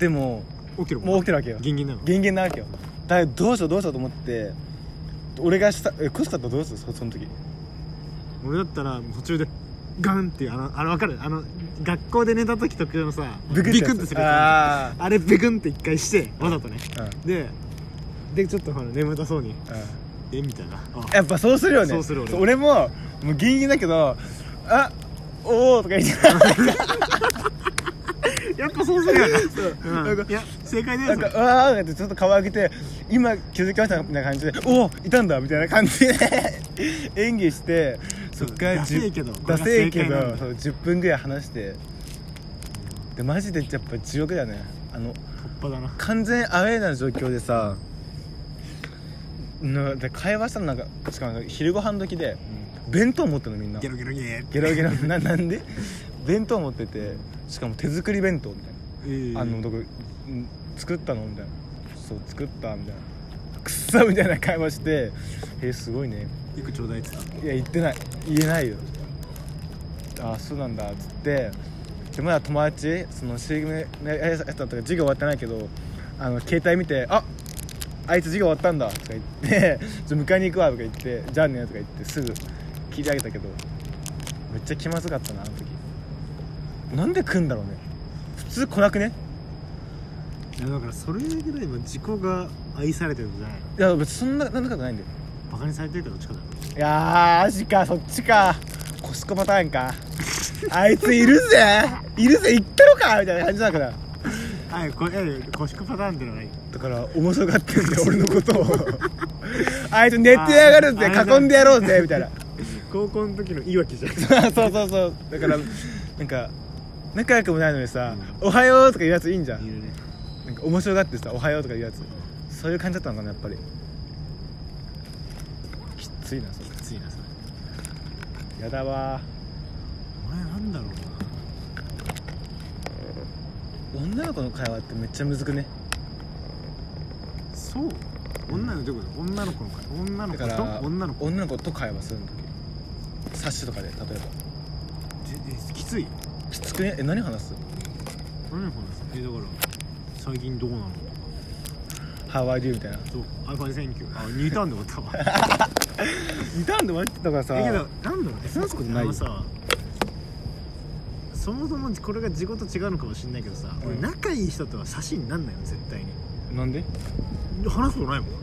でも起きるもうも起きてるわけよんギンギンなのギンギンなわけよだからどうしようどうしようと思って俺がしたえコスだったらどうするそその時俺だったらもう途中でガンっていうあのあれ分かるあの学校で寝た時特有のさビクンってするやあつあれビクンって一回してわざとねあ、うんででちょっとほら眠たそうにうんえみたいなあやっぱそうするよねそうする俺俺ももうギンギンだけど「あおお」とか言ってなやっぱ そうするよねううんなんかいや正解だなよんそか「れああ」ってちょっと顔上げて「今気づきました」みたいな感じで「おおいたんだ」みたいな感じで 演技してそっからそう10ダセえけどこれダがセえけ正解なんどだそう10分ぐらい話してでマジでやっぱ地獄だよねあの突破だな完全アウェーな状況でさなで会話したのなんかしかもなんか昼ご飯時で弁当持ってるのみんなゲロゲロゲーゲロ ゲロななんで弁当持っててしかも手作り弁当みたいええな、あの男ん作ったのみたいなそう作ったみたいなくっそみたいな会話して「えすごいねいくちょうだいって言って」いや言ってない言えないよああそうなんだっつってでまだ友達その CM のやつだったから授業終わってないけどあの携帯見て「ああいつ授業終わったんだ」とか言って「ちょ迎えに行くわ」とか言って「じゃあね」とか言ってすぐ切り上げたけどめっちゃ気まずかったなあの時なんで来んだろうね普通来なくねたいやだからそれぐらい今自己が愛されてるんじゃないのいや別にそんななんなことないんだよバカにされてるからどっちかだよいやーマジかそっちかコスコパターンかあいついるぜいるぜ行ったのかみたいな感じだからはいこれえコシコパターンってのはないだから面白がってるんだよ俺のことをあいつ寝てやがるぜあ囲んでやろうぜみたいな高校の時のいわきじゃんそうそうそうだからなんか仲良くもないのにさ「おはよう」とか言うやついいんじゃんいるねなんか面白がってさ「おはよう」とか言うやつそういう感じだったのかなやっぱりきついなそれきついなそれやだわ俺なんだろうな女の子の会話ってめっちゃむずくねそう女の子どういうこと女の子の会女のだ子からと女の子女の子と会話するの時冊子とかで例えじえきついばきつくねえ何話す何これえだから最近どうなのとか How are you? みたいなそう「iPhone センキュー」あ似た んで終わったわ痛んで待ってたからさだけどなんだろうねそんなことないよあのさそもそもこれが事故と違うのかもしれないけどさ、うん俺仲いい人とは差しになんないよ絶対になんで話すことないもん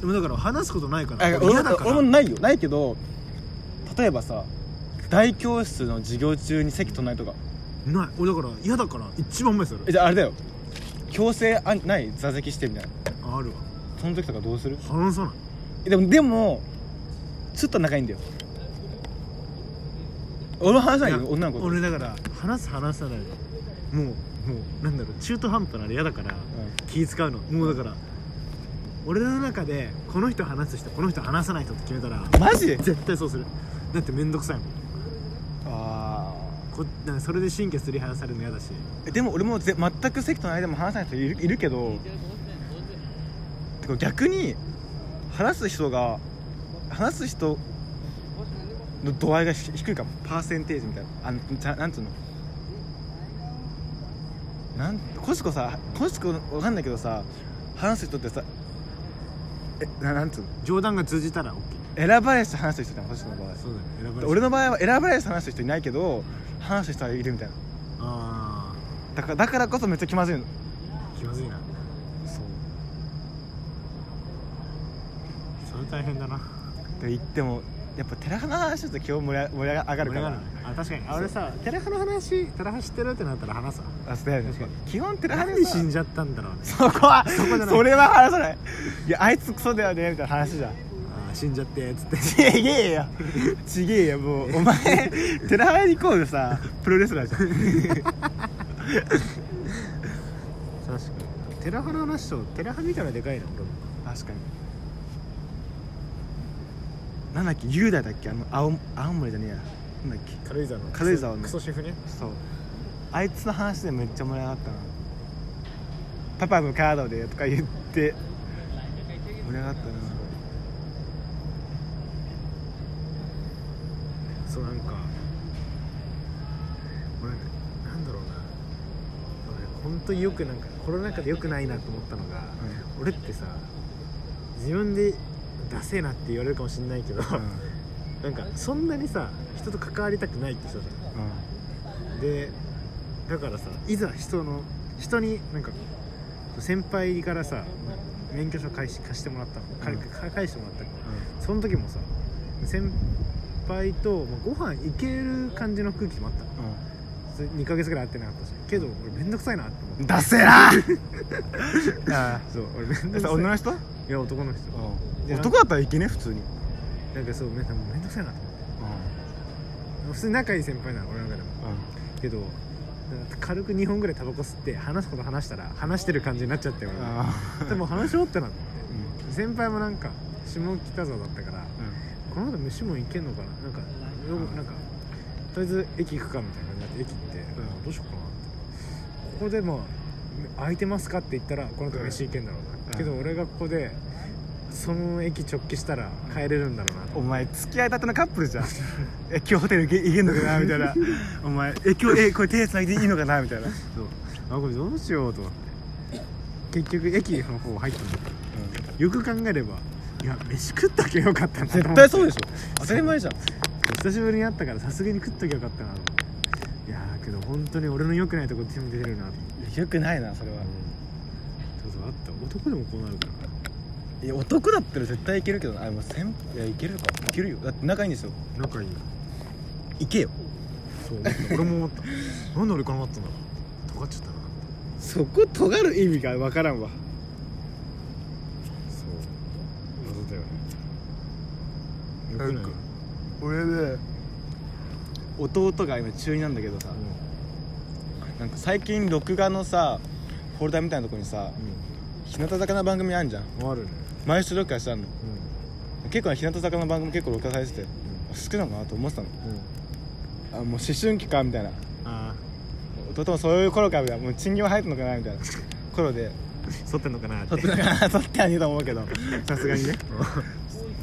でもだから話すことないから俺俺嫌だもから俺もないよないけど例えばさ大教室の授業中に席取んないとかない俺だから嫌だから一番前それえじゃああれだよ強制あんない座席してみたいなあるわその時とかどうする話さないえでもでもちょっと仲いいんだよ俺も話さないいよや女の子と俺だから話す話さないもうもうなんだろう中途半端なあれ嫌だから気使うのもうだから俺の中でこの人話す人この人話さない人って決めたらうんマジで絶対そうするだって面倒くさいもんああこなんかそれで神経すり減らされるの嫌だしでも俺もぜ全く席との間も話さない人いるいるけどてか逆に話す人が話す人の度合いがひ低いかもパーセンテージみたいなあのちゃなんつうのなんコシコさコシコわかんないけどさ話す人ってさえななんつうの冗談が通じたら OK 選ばれし話す人じゃんコシコの場合そうだね選ばれ俺の場合は選ばれし話す人いないけど話す人はいるみたいなあだからだからこそめっちゃ気まずいのあ気まずいなそうそれ大変だなって言ってもやっぱ寺花の話ちょっと今日盛りあ盛り上がるか俺らがねあ確かにあ俺さ寺派の話寺派知ってるってなったら話すわあそうだよね確かに基本寺な花んででさ死んじゃったんだろうねそこはそこじゃないれは話さないいやあいつクソだよねみたいな話じゃんあー死んじゃってっつってちげえよちげえよもうお前寺花に行こうよさプロレスラーじゃん確かに寺派の話と寺派みたいなのでかいな俺も確かになんだっけ雄大だっけあの青青森じゃねえやなんだっけ軽井沢の軽井沢のねクソシェフねそうあいつの話でめっちゃ盛り上がったなパパのカードでとか言って盛り上がったなそうなんか俺なんだろうな俺本当によくなんかコロナ禍でよくないなと思ったのが、俺ってさ自分でダセえなって言われるかもしんないけど、なんかそんなにさ人と関わりたくないって人じゃんでだからさいざ人の人になんか先輩からさ免許証貸し貸してもらったの借り返してもらったのその時もさ先輩とまあご飯行ける感じの空気もあったのそれ2ヶ月ぐらい会ってなかったしけど俺めんどくさいなって思ってダセえ なあそう俺めんあどくえささい女の人いや男の人で男だったらいけね普通になんかそうめんなんかめんどくさいなって思って普通に仲いい先輩なの俺の中でもけどなんか軽く2本ぐらいタバコ吸って話すこと話したら話してる感じになっちゃって俺もあでも話しようってなってう先輩もなんか下北沢だったからこの後飯も行けんのかななんかようんなんかとりあえず駅行くかみたいな感じになって駅行って、うんどうしようかなってここでまあ空いてますかって言ったらこの後飯行けんだろうな、うんけど俺がここでその駅直帰したら帰れるんだろうなとお前付き合いたてのカップルじ ゃんえ今日ホテル行け行けんのかなみたいなお前え今日えこれ手つないでいいのかなみたいなあこれどうしようと思って結局駅の方入ったんだけどよく考えればいや飯食っとけよかったなと思って絶対そうでしょ当たり前じゃん久しぶりに会ったからさすがに食っときゃよかったなと思っていやーけど本当に俺の良くないとこ全部出てるなと思ってよくないなそれはそうそうあった男でもこうなるからいや男だったら絶対いけるけどなあもう先いやいけるかいけるよだって仲いいんですよ仲いいいけよそう思った俺も思ったなんで俺からなったんだろう尖っちゃったなそこ尖る意味が分からんわそう謎だよねよくないなんか俺ね弟が今中2なんだけどさ、なんか最近録画のさフォルダみたいなとこにさ日向坂の番組あんじゃんうんあるね毎週録画してあんの結構日向坂の番組結構録画されてて好きなのかなと思ってたのうんうんあもう思春期かみたいなああ弟もそういう頃かみたいなもう賃金は入ってんのかなみたいな頃で剃ってんのかなって撮ってな撮ってはねえと思うけどさすがにね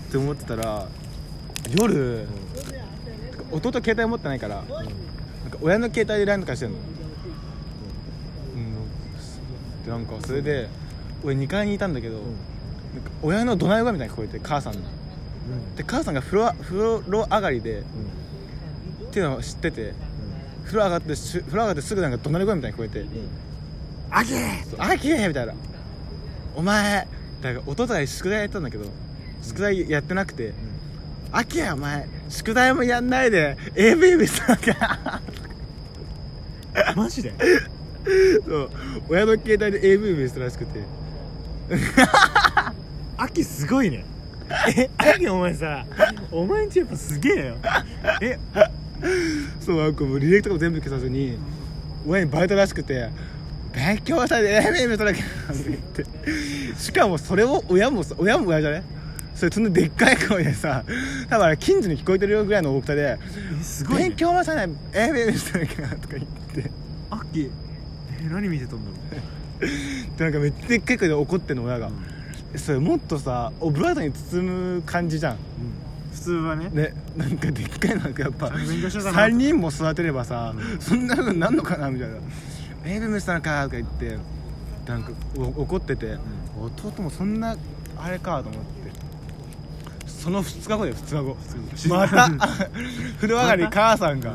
って思ってたら夜、弟携帯持ってないから、なんか親の携帯で LINE とかしてんの、うん、でなんかそれで俺2階にいたんだけど、なんか親の怒鳴り声みたいに聞こえて母さんので母さんが風呂あ風呂上がりで、っていうのを知ってて風呂上がってし風呂上がってすぐなんか怒鳴り声みたいに聞こえて「あきれ!」あきれ!」みたいな「お前」だから弟が宿題やったんだけど宿題やってなくて「あきれお前宿題もやんないで AV 見せなきゃ」マジで そう親の携帯で AV 見せたらしくて秋すごいねえ秋お前さお前んちやっぱすげえよえそうなんかもう履歴とかも全部消さずに親にバイトらしくて勉強したいで AV 見せなきゃって言って しかもそれを親もさ親も親じゃねそれそんなでっかい声でさ多分あれ近所に聞こえてるよぐらいの大きさでえすごい、ね、勉強もさない AV 見せなきゃとか言って秋え何見てたんだろでなんかめっちゃでっかい声で怒ってんの親が、う、それもっとさオブラートに包む感じじゃん普通は ねねなんかでっかいなんかやっぱ勉強してたな3人も育てればさ、そんなのなんのかなみたいな「えー、ベムさんか」とか言ってなんかお怒ってて、弟もそんなあれかと思ってその2日後で2日後また風呂上がり母さんが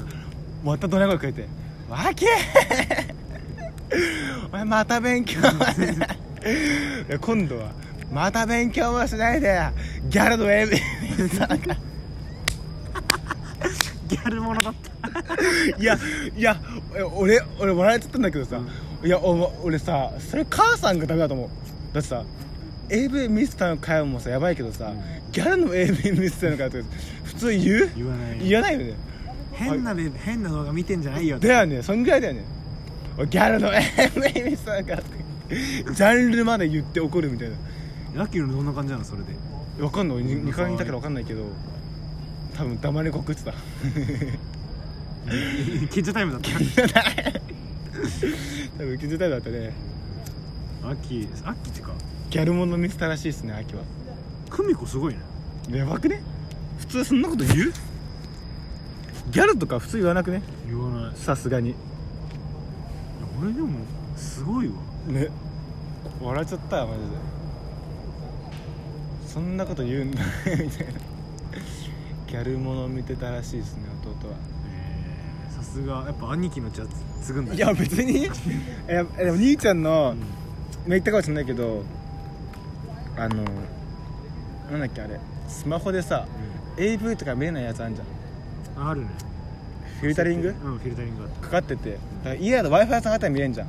またどな声かけて「わけ お前また勉強までいや今度はまた勉強もしないでギャルの AV 見せなきゃギャルものだったいやいやえ俺俺笑えちゃったんだけどさ、いやお俺さそれ母さんがダメだと思うだってさ AV 見せたのかよもさやばいけどさ、ギャルの AV 見せたのかよとか普通言う言わない言わないよね変なで変な動画見てんじゃないよだよねそんぐらいだよねおいギャルの AV 見せたのかとか言ってジャンルまで言って怒るみたいなラッキーのどんな感じなのそれで わかんないうん2回見たからわかんないけど多分黙り告ってた キッズタイムだった多分気づいただったね秋秋ってかギャルもの見せたらしいですね秋は久美子すごいねやばくね普通そんなこと言うギャルとか普通言わなくね言わないいやさすがに俺でもすごいわね笑っちゃったよマジでそんなこと言うんだみたいなギャルもの見てたらしいですね弟はえーさすがやっぱ兄貴の血はつぐんだねいや別 にえでも兄ちゃんのうんめったかもしれないけどあのなんだっけあれスマホでさ AV とか見えないやつあんじゃんああるねフィルタリングうんフィルタリングあったかかっててだから家だと w i f i さんがあったら見れんじゃん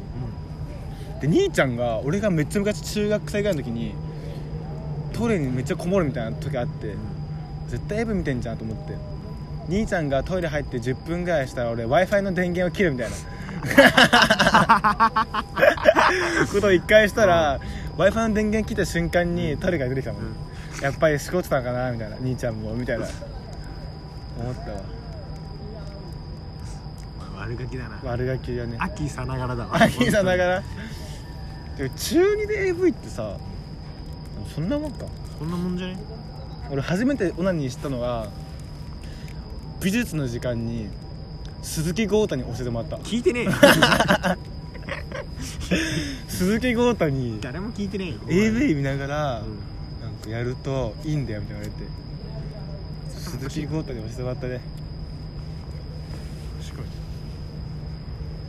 で兄ちゃんが俺がめっちゃ昔中学生ぐらいの時にトイレにめっちゃこもるみたいな時あって絶対 AV 見てんじゃんと思って兄ちゃんがトイレ入って10分ぐらいしたら俺 w i f i の電源を切るみたいなことを一回したら w i f i の電源切った瞬間にトイレから出てきたもん、うんやっぱりしこってたんかなみたいな兄ちゃんもみたいな思ったわうん悪ガキだな悪ガキがね秋さながらだわあいいさながら でも中2で AV ってさそんなもんかこんなもんじゃね俺初めてオナニーしたのが美術の時間に鈴木豪太に教えてもら った聞いてねえよ鈴木豪太に誰も聞いてねえよ AV 見ながらうんなんかやるといいんだよみたいな言われて鈴木豪太に教えてもらったね確かに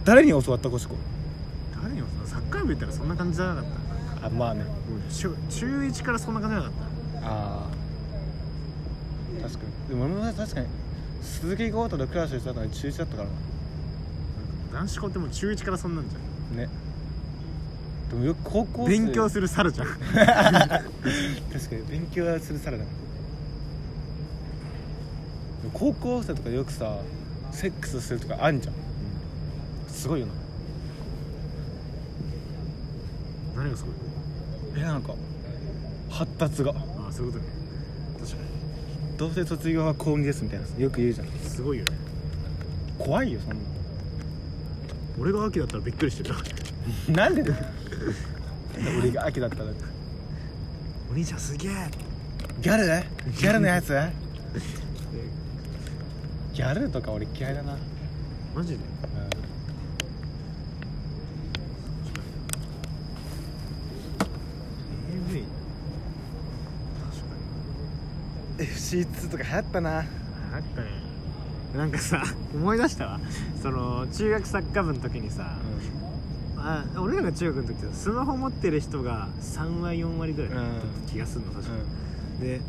誰に教わったコシコ誰にもそのサッカー部行ったらそんな感じじゃなかったあまあねもう中中1からそんな感じじゃなかっああ確かにでも俺も確かに鈴木豪太とクラスしてたのに中止だったからた男子校ってもう中1からそんなんじゃなねでもよく高校ん生勉強する猿じゃ ん確かに勉強はするサラダ高校生とかよくさセックスするとかあんじゃん、すごいよな何がすごいえなんか発達がああそういうことね確かどうせ卒業は高2ですみたいなよく言うじゃんにすごいよね怖いよそん俺が秋だったらびっくりしてる ななんでだよ俺が秋だったらお兄ちゃんすげえギャルギャルのやつギャルとか俺嫌いだな、マジで確かに AV 確か FC2 とか流行ったなにあったねなんかさ思い出したわその中学サッカー部の時にさ、あ俺らが中学の時ってスマホ持ってる人が3割4割ぐらいだった気がするの確かに、で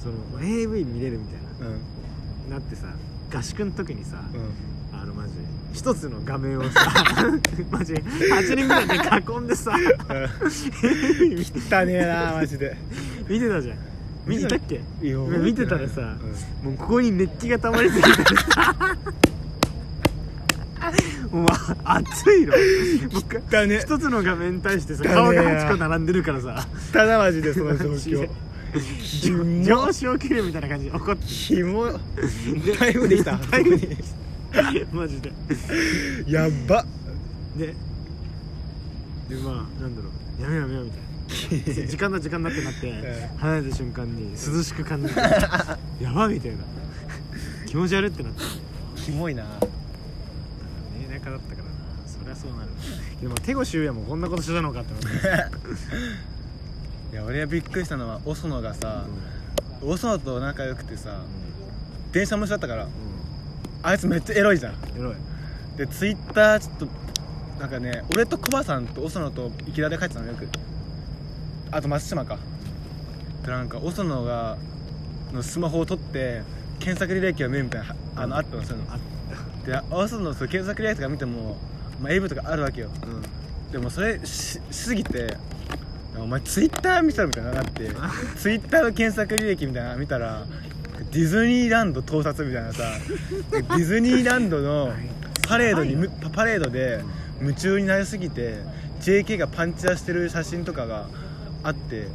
その AV 見れるみたいうんうんななってさ合宿の時にさ、うんあのマジ一つの画面をさ マジ8人ぐらいで囲んでさ AV 見て汚ねえなマジで見てたじゃん見てたっけいや見てたらさ、うんもうここに熱気がたまりすぎてさもうあ熱いのもうだね一つの画面に対してさ汚ねえ顔が8個並んでるからさただマジでその状マジで況キモ上昇気流みたいな感じで怒って キモタイムできたタイムでマジでやっばででまあなんだろうやめようやめようみたいな時間だ時間だってなってん離れた瞬間に涼しく感 じてやばみたいな気持ち悪いってなったねキモいな田舎だったからなそりゃそうなるでも手越優也もこんなことしてたのかって思っていや俺がびっくりしたのは細野がさ細野と仲良くてさ電車も一緒だったからあいつめっちゃエロいじゃんエロいでツイッターちょっとなんかね俺とコバさんと細野と池田で書いてたのよくあと松島かでなんか細野がのスマホを取って検索履歴を見るみたいなあのあったのそういうのあっで細野のその検索履歴とか見ても、まあ、AV とかあるわけようんでもそれししすぎてお前ツイッター見たみたいななって ツイッターの検索履歴みたいなの見たらディズニーランド盗撮みたいなさでディズニーランド のパレードにむパパレードで夢中になりすぎて JK がパンチラしてる写真とかがあっていや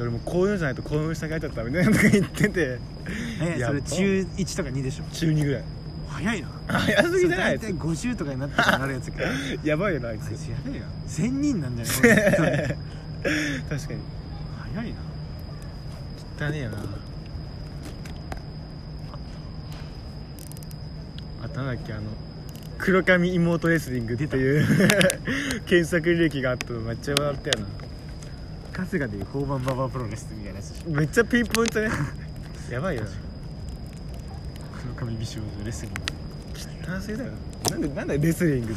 俺もうこういうのじゃないと興奮したくなっちゃったみたいなとか言ってて えやそばれ中1とか2でしょ中2ぐらい 早いな早すぎじゃない大体50とかになってからなるやつか あやばいよなあいついつやべえよ1000人なんじゃ ない本当に確かに早いな汚ねえよなあとなんだっけあの黒髪 妹レスリングっていう検索履歴があったのめっちゃ笑ったよな春日でいう交番ババアプロレスみたいなやつでしめっちゃピンポイントねやばいよなょ黒髪美少女レスリング男性だよなんでなんでレスリング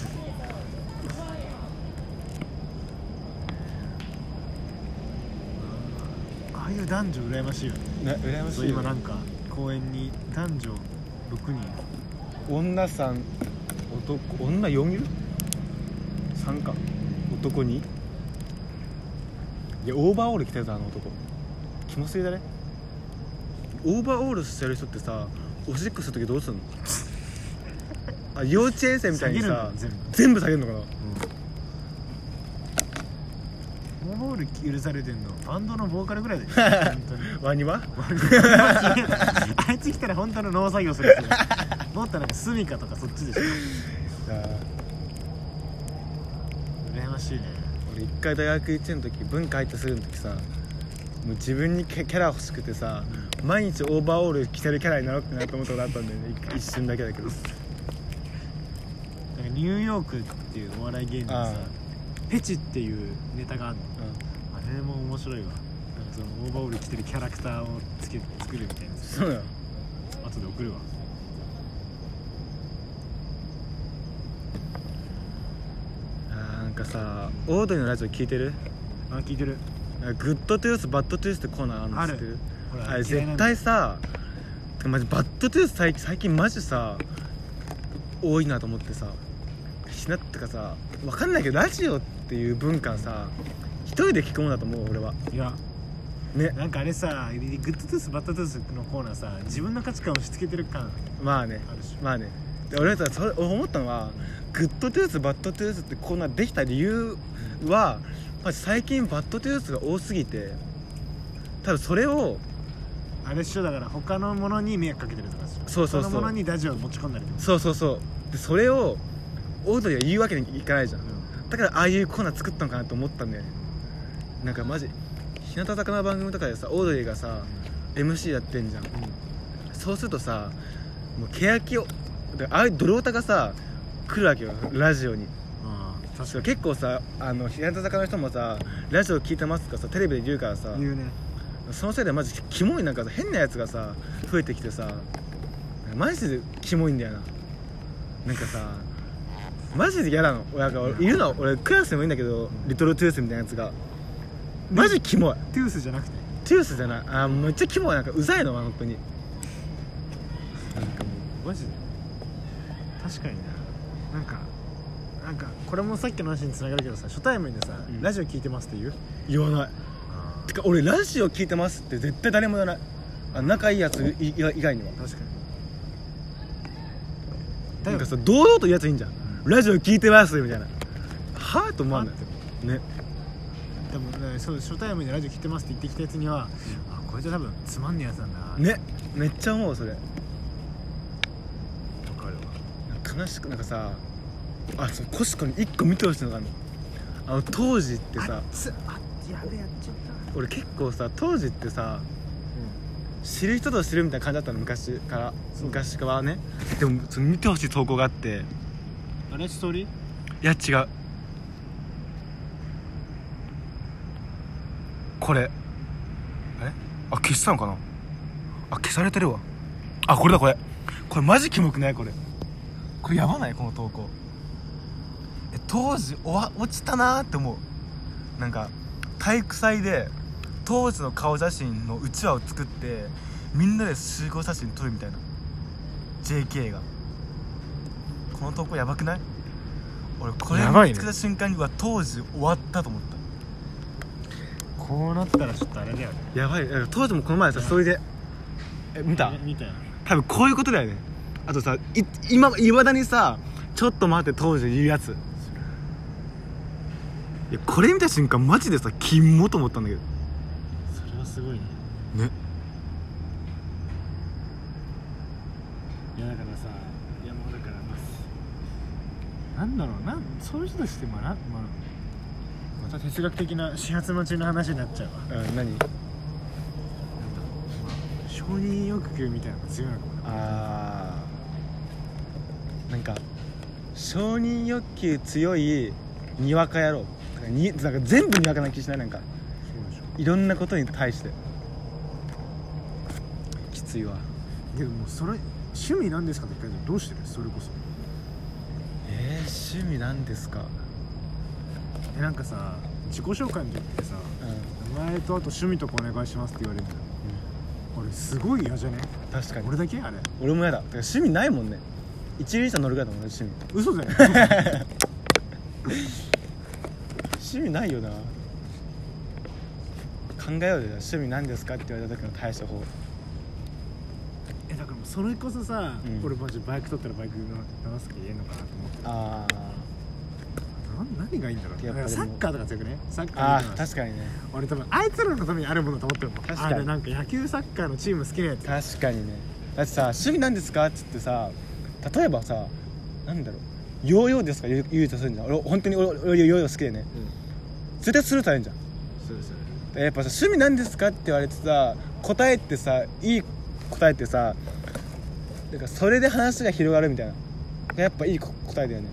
ああいう男女羨ましいよねな羨まそう今なんか公園に男女6人女さん男女4いる ?3 か男にいやオーバーオール着てたあの男気のせいだねオーバーオールしてる人ってさおしっこする時どうすんのあ幼稚園生みたいにさ下げるの全全部下げるのかな部、モーボール許されてんのバンドのボーカルぐらいだ よ本当にワニはあいつ来たら本当の農作業するんですよもっとなんかスミカとかそっちでしょ羨ましいね俺一回大学1年の時文化入ってすぐの時さもう自分にキャキャラ欲しくてさ毎日オーバーオール着てるキャラになろうってなった思ったことあったんだよねい一瞬だけだけどなんかニューヨークっていうお笑い芸人であさあフェチっていうネタがあるのあれも面白いわなんかそのオーバーオール着てるキャラクターをつけ作るみたいなやつそうだよ後で送るわあーなんかさオードリーのラジオ聞いてるあ聞いてるなんかグッドトゥースバッドトゥースってコーナーあるのあ知るってるほらあれ嫌いな絶んだ対さマジバッドトゥース最近最近マジさ多いなと思ってさしなってかさわかんないけどラジオっていう文化さ一人で聞くもんだと思う俺はいやねなんかあれさグッドトゥースバッドトゥースのコーナーさ自分の価値観を押し付けてる感まあねあるでしょまあねで俺たちそれ俺思ったのはグッドトゥースバッドトゥースってこんなできた理由は、まあ、最近バッドトゥースが多すぎて多分それをあれっしょだから他のものに迷惑かけてるとかでしょそうそうそう他のものにラジオを持ち込んだりとかそうそうそうでそれをオードリーは言うわけにいかないじゃんだからああいうコーナー作ったのかなと思ったんだよねなんかマジ日向坂の番組とかでさオードリーがさ MC やってんじゃんそうするとさもう欅をだからああいう泥タがさ来るわけよラジオにああ確かそう結構さあの日向坂の人もさラジオ聞いてますとかさテレビで言うからさに言うねそのせいでマジキモいなんかさ変なやつがさ増えてきてさマジでキモいんだよななんかさマジで嫌なのなんか俺いるの俺クラスでもいいんだけどリトルトゥースみたいなやつがマジキモいトゥースじゃなくてトゥースじゃないあーめっちゃキモいなんかうざいの本当になんかもマジで確かにななんかなんかこれもさっきの話につながるけどさ初対面でさ、うんラジオ聞いてますって言うう言わないてか俺ラジオ聞いてますって絶対誰も言わないあ仲いいやついい以外には確かになんかさだよ堂々と言うやついいんじゃんラジオ聞いてますみたいなはあと思わないはねでも、ね、そう初対面でラジオ聞いてますって言ってきたやつには、あこいつは多分つまんねえやつなんだなねめっちゃ思うそれわかるわ悲しくなんかさあそうコシコに1個見てほしいのがあるのあの当時ってさつあやべえやっちゃった俺結構さ当時ってさ知る人と知るみたいな感じだったの昔からそう昔からはねでもその見てほしい投稿があってあれストーリーいや違うこれあれあ消したのかなあ消されてるわあこれだこれこれマジキモくないこれこれやばないこの投稿え当時おわ落ちたなーって思うなんか体育祭で当時の顔写真のうちわを作ってみんなで集合写真撮るみたいな JK がこの投稿やばくない俺これやばいね見つけた瞬間には当時終わったと思ったこうなったらちょっとあれだよねやばいだから当時もこの前さそれでえ見た見たよ多分こういうことだよねあとさい今いまだにさちょっと待って当時言うやついやこれ見た瞬間マジでさキモと思ったんだけどそれはすごいねねいやだからさいやもうだからまあなんだろうなそういう人たちってまあな、まあ、また哲学的な始発待ちの話になっちゃうわうん何承認欲求みたいなのが強いのかもなあーなんか承認欲求強いにわか野郎なんかになんか全部にわかな気しないなんかそうでしいろんなことに対してきついわでもそれ趣味なんですかって聞かれたらどうしてるそれこそえー、趣味なんですか、えなんかさ自己紹介の時ってさう「名前とあと趣味とかお願いします」って言われるのよあれすごい嫌じゃねん、確かに俺だけ あれ俺もやだてか趣味ないもんね一輪車乗るぐらいだもんね趣味嘘 だよ趣味ないよな考えようよ趣味なんですかって言われた時の対処法えだからもうそれこそさ、うん俺マジバイク取ったらバイクの流すけ言えんのかなと思ってあな何がいいんだろうやっぱでもサッカーとか強くねサッカーあみたいな確かにね俺多分あいつらのためにあるものだと思ってるもん確かにあれなんか野球サッカーのチーム好きなやつ確かにねだってさ趣味なんですかっつってさ例えばさなんだろうヨーヨーですか言う言うとするんじゃん俺本当に俺俺ヨーヨー好きでね絶対するとあるんじゃんそうですよねやっぱさ趣味なんですかって言われてさ答えってさいい答えってさなんかそれで話が広がるみたいなやっぱいいこ答えだよね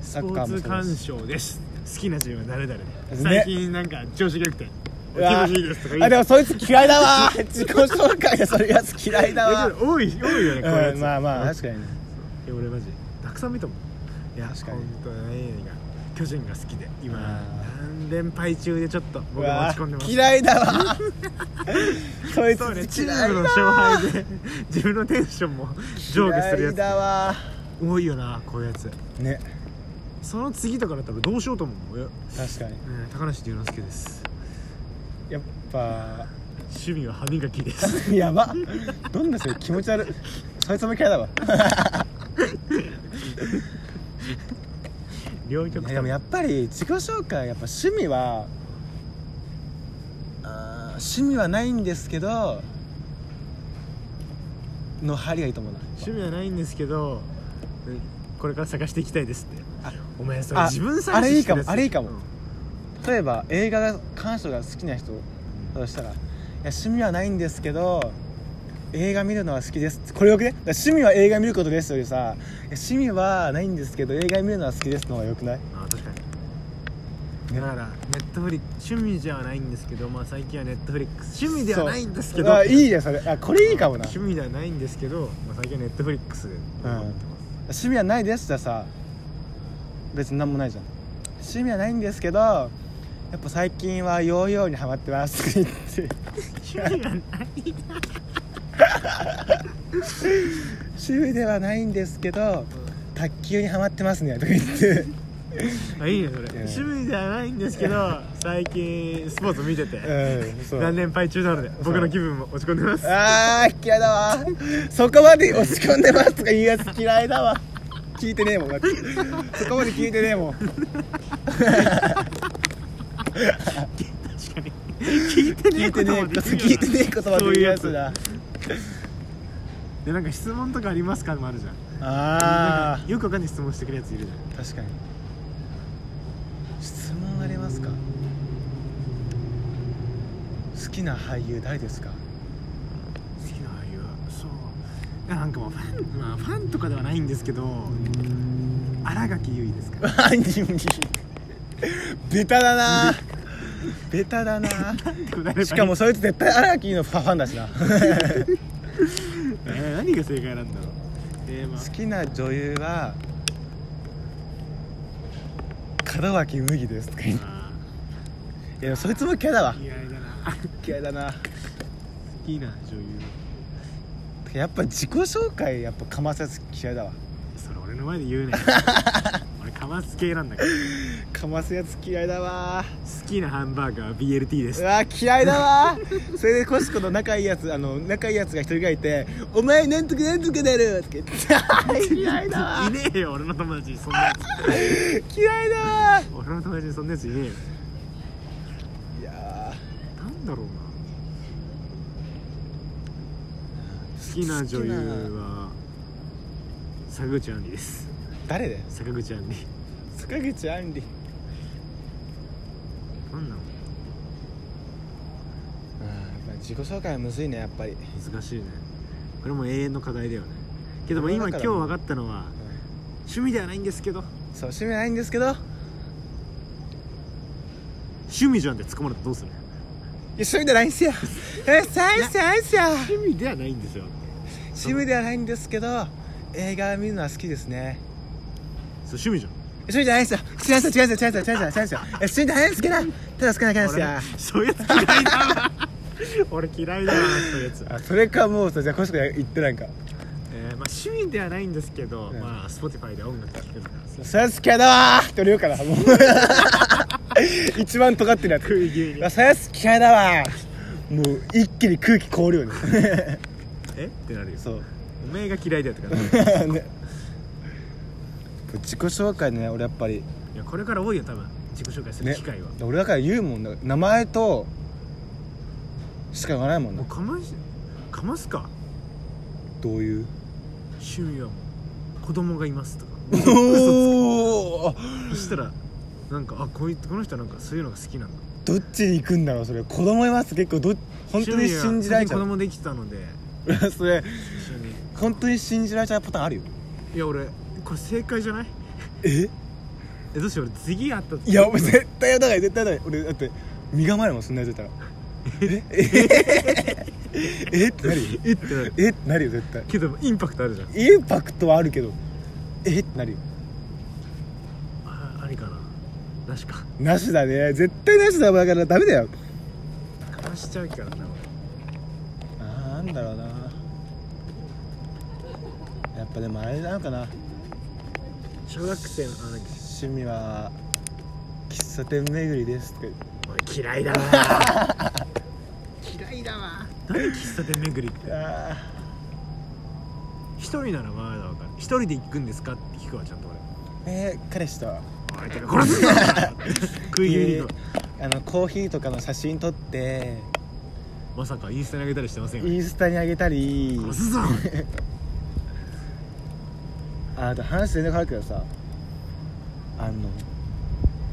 スサポッカーーもそツうだ鑑し賞です好きなチームは誰々で、ね最近なんか調子が良くてうわ気持ちいいですとか言うあでもそいつ嫌いだわー自己紹介でそれやつ嫌いだわいやちょっと多い多いよねこういうやうつ、んまあまあ確いかにねや俺マジたくさん見たもんいや確かに本当に何々が巨人が好きで今あ何連敗中でちょっと僕は落ち込んでます嫌いだわそいそうつね、チ嫌ーいムのだ勝敗で自分のテンションも上下する嫌やいだつわ多いよなこういうやつーねその次とかだったらどうしようと思う、うん、確かに高梨龍之介ですやっぱ 趣味は歯磨きですやばどんなそれ気持ち悪いそいつも嫌いだわ両極いやでもやっぱり自己紹介やっぱ趣味はあー趣味はないんですけどの張りがいいと思うな趣味はないんですけどこれから探していきたいですってあお前それあ自分探ししてるやつあれいいかもあれいいかもうん例えば映画が鑑賞が好きな人だとしたら「いや趣味はないんですけど映画見るのは好きです」これよくねだから趣味は映画見ることですよりさいや「趣味はないんですけど映画見るのは好きです」の方がよくないあ確かにだからネットフリ趣味じゃないんですけどまあ最近はネットフリックス趣味ではないんですけどそうあいいよそれあこれいいかもな趣味ではないんですけど、まあ、最近はネットフリックスでうん趣味はないですじゃさ別に何もないじゃん趣味はないんですけどやっぱ最近はヨーヨーにハマってますって言って趣味がない趣味ではないんですけど卓球にハマってますねとか言 ってあいいねそれん趣味ではないんですけど最近スポーツ見ててうんそ何連敗中なので僕の気分も落ち込んでますあー嫌いだわそこまで落ち込んでますとか言うやつ嫌いだわ聞いてねえもんだってそこまで聞いてねえもん確かに聞いてね聞えいこてとねえもできるよ聞いてねえ言葉で言うやつだでなんか質問とかありますかもあるじゃんなんあかよくわかんない質問してくるやついるじゃんあ確かに質問ありますか好きな俳優誰ですか 好きな俳優はそういやなんかもうファン、まあ、ファンとかではないんですけど新垣結衣です 何かベタだなベタだならしかもそいつ絶対荒木のファンだしなえー何が正解なんだろうえーまあ好きな女優は門脇麦ですとか言ってあいやそいつも嫌だわー嫌いだな 好嫌いだなきな女優やっぱ自己紹介やっぱかますやつ嫌いだわそれ俺の前で言うね 俺かます系なんだけどかますやつ嫌いだわ好きなハンバーガーは BLT でうすわ嫌いだ わそれでコシコの仲いいやつあの仲いいやつが一人がいて「お前なんとかなんとかなる」とか言って嫌いだわ いねえよ俺の友達にそんなやつ嫌いだわ俺の友達にそんなやついねえよいやなんだろうな好きな女優は坂口杏里です誰だよ坂口杏里坂口あんりなんなの自己紹介はむずいねやっぱり難しいねこれも永遠の課題だよねけども今これだ今日から分かったのは趣味ではないんですけどそう趣味ないんですけど趣味じゃんって突っ込まれたらどうする趣味ではないんです よえ最初最初趣味ではないんですよ趣味ではないんですけど映画見るのは好きですねそれ趣味じゃん趣味じゃないですよ違うんですよ違うんですよ違うんですよ違うんですよ違うんですよえ趣味じゃないですけどただ好きなだけなんですよ俺そういうやつ嫌いだわ 俺嫌いだわそういうやつ、あそれかもうさじゃあ詳しく言ってなんかえーまあ、趣味ではないんですけど、んまあ Spotify で音楽聴くのが「それ好きやだわ!」って俺言うからも う一番尖ってるやつ食い気味「にそれ好きやだわ!」もう一気に空気凍るよね えってなるよそうおめえが嫌いだよって感じね自己紹介ね俺やっぱりいやこれから多いよ多分自己紹介するね機会は、俺だから言うもんだ名前としか言わないもんもなうかましかますかどういう趣味はもう子供がいますとか おおそしたらなんかあこういうこの人はなんかそういうのが好きなんだどっちに行くんだろうそれ子供います結構ど本当に信じられちゃう趣味は最近子供できたので それ一緒に本当に信じられちゃうパターンあるよいや俺これ正解じゃないええどうしよう俺次会った時いや俺絶対やだから絶対やだから俺だって身構えるもんそんなやついたらええええってなるよえってなるえってなるよ絶対けどインパクトあるじゃんインパクトはあるけどえってなるよあありかななしかなしだね絶対なしだよだからダメだよかましちゃうからな俺あーなんだろうなやっぱでもあれなのかな小学生のあの趣味は喫茶店巡りですとか俺嫌い だわ嫌いだわ何喫茶店巡りってあ一人ならまだわかる一人で行くんですかって聞くわちゃんとえー、彼氏とは俺おいてか殺す ぞ食い気味に行くわえーあのコーヒーとかの写真撮ってまさかインスタにあげたりしてませんよねインスタにあげたり殺すぞあと話全然変わるけどさあの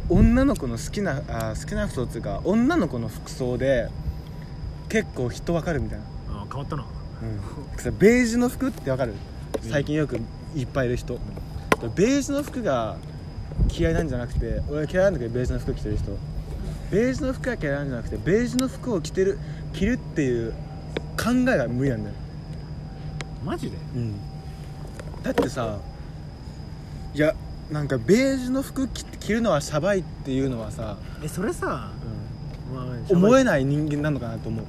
女の子の好きなあ好きな服装っていうか女の子の服装で結構人わかるみたいなあ変わったなさベージュの服ってわかる最近よくいっぱいいる人ベージュの服が嫌いなんじゃなくて俺は嫌いなんだけどベージュの服着てる人ベージュの服が嫌いなんじゃなくてベージュの服を着てる着るっていう考えが無理なんだよ、マジでだってさいやなんかベージュの服着着るのはシャバいっていうのはさ、えそれさ、まあ思えなないい人間なのかなと思う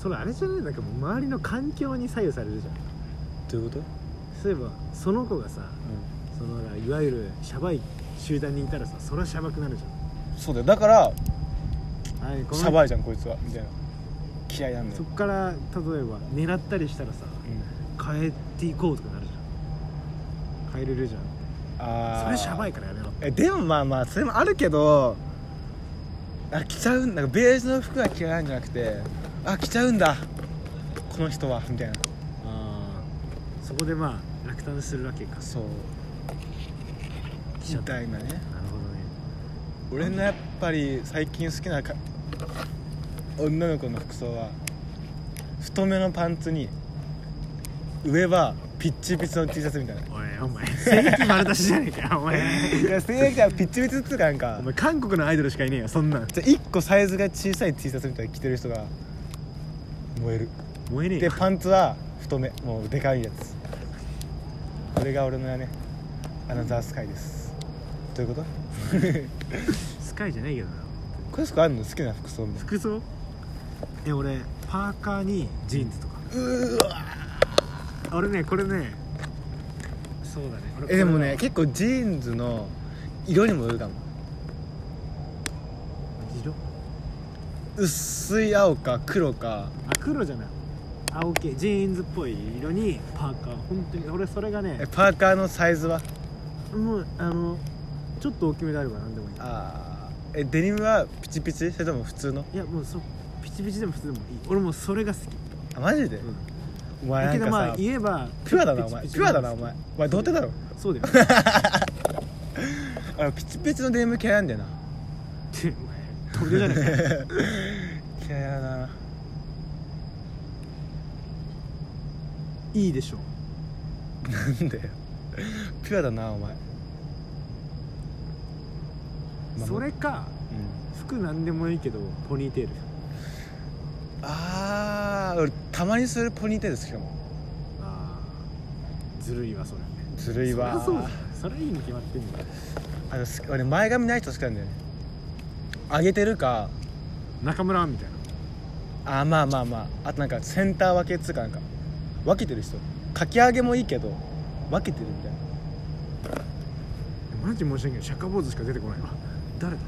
それあれじゃないなんかもう周りの環境に左右されるじゃんどういうこと、そういえばその子がさそのいわゆるシャバい集団にいたらさそれはシャバくなるじそうだよだからゃんはいこのシャバいじゃんこいつはみたいな嫌いなんだよそっから例えば狙ったりしたらさうん変えていこうとかなるじゃん変えれるじゃあんそれシャバいいからやめろえでもまあまあそれもあるけどあ着ちゃうんだベージュの服が嫌いなんじゃなくてあ着ちゃうんだこの人はみたいなそこでまあ落胆するわけかそうちみゃったたいなねなるほどね俺のやっぱり最近好きなか女の子の服装は太めのパンツに上はピッチピチの T シャツみたいなおいお前正規丸出しじゃねえ かよお前いや正義はピッチピチっつうかなんかお前韓国のアイドルしかいねえよそんなんじゃ1個サイズが小さい T シャツみたいに着てる人が燃える燃えねえでよパンツは太めもうでかいやつこれが俺のねアナザースカイですどういうことスカイじゃないけどなこれしかあるの好きな服装みたい服装え俺パーカーにジーンズとかなうわ俺ねこれねそうだね俺えでもこれねは結構ジーンズの色にもよるかも色薄い青か黒かあ黒じゃない青系ジーンズっぽい色にパーカー本当に俺それがねえパーカーのサイズはもうあのちょっと大きめであれば何でもいいあーえデニムはピチピチそれとも普通のいやもうそピチピチでも普通でもいい俺もうそれが好き、あマジで、うん、お前だなけんどかまさあ言えばピュアだなお前ピチピピュチアだなお前お前童貞だろそ うだよっあのピチピチのデニム嫌いなんだよなてお前飛び出じゃないか嫌いだないいでしょなんだよピュアだなお前それかう服何でもいいけどポニーテールあー俺たまにするポニーテール好きかもあーずるいわそれずるいわそりゃそうじゃんそれいいに決まってんだよあのす俺前髪ない人好きなんだよね上げてるか中村みたいなあまあまあまああとなんかセンター分けっつうかなんか分けてる人かき上げもいいけど分けてるみたいなマジ申し訳ない釈迦坊主しか出てこないわ誰だ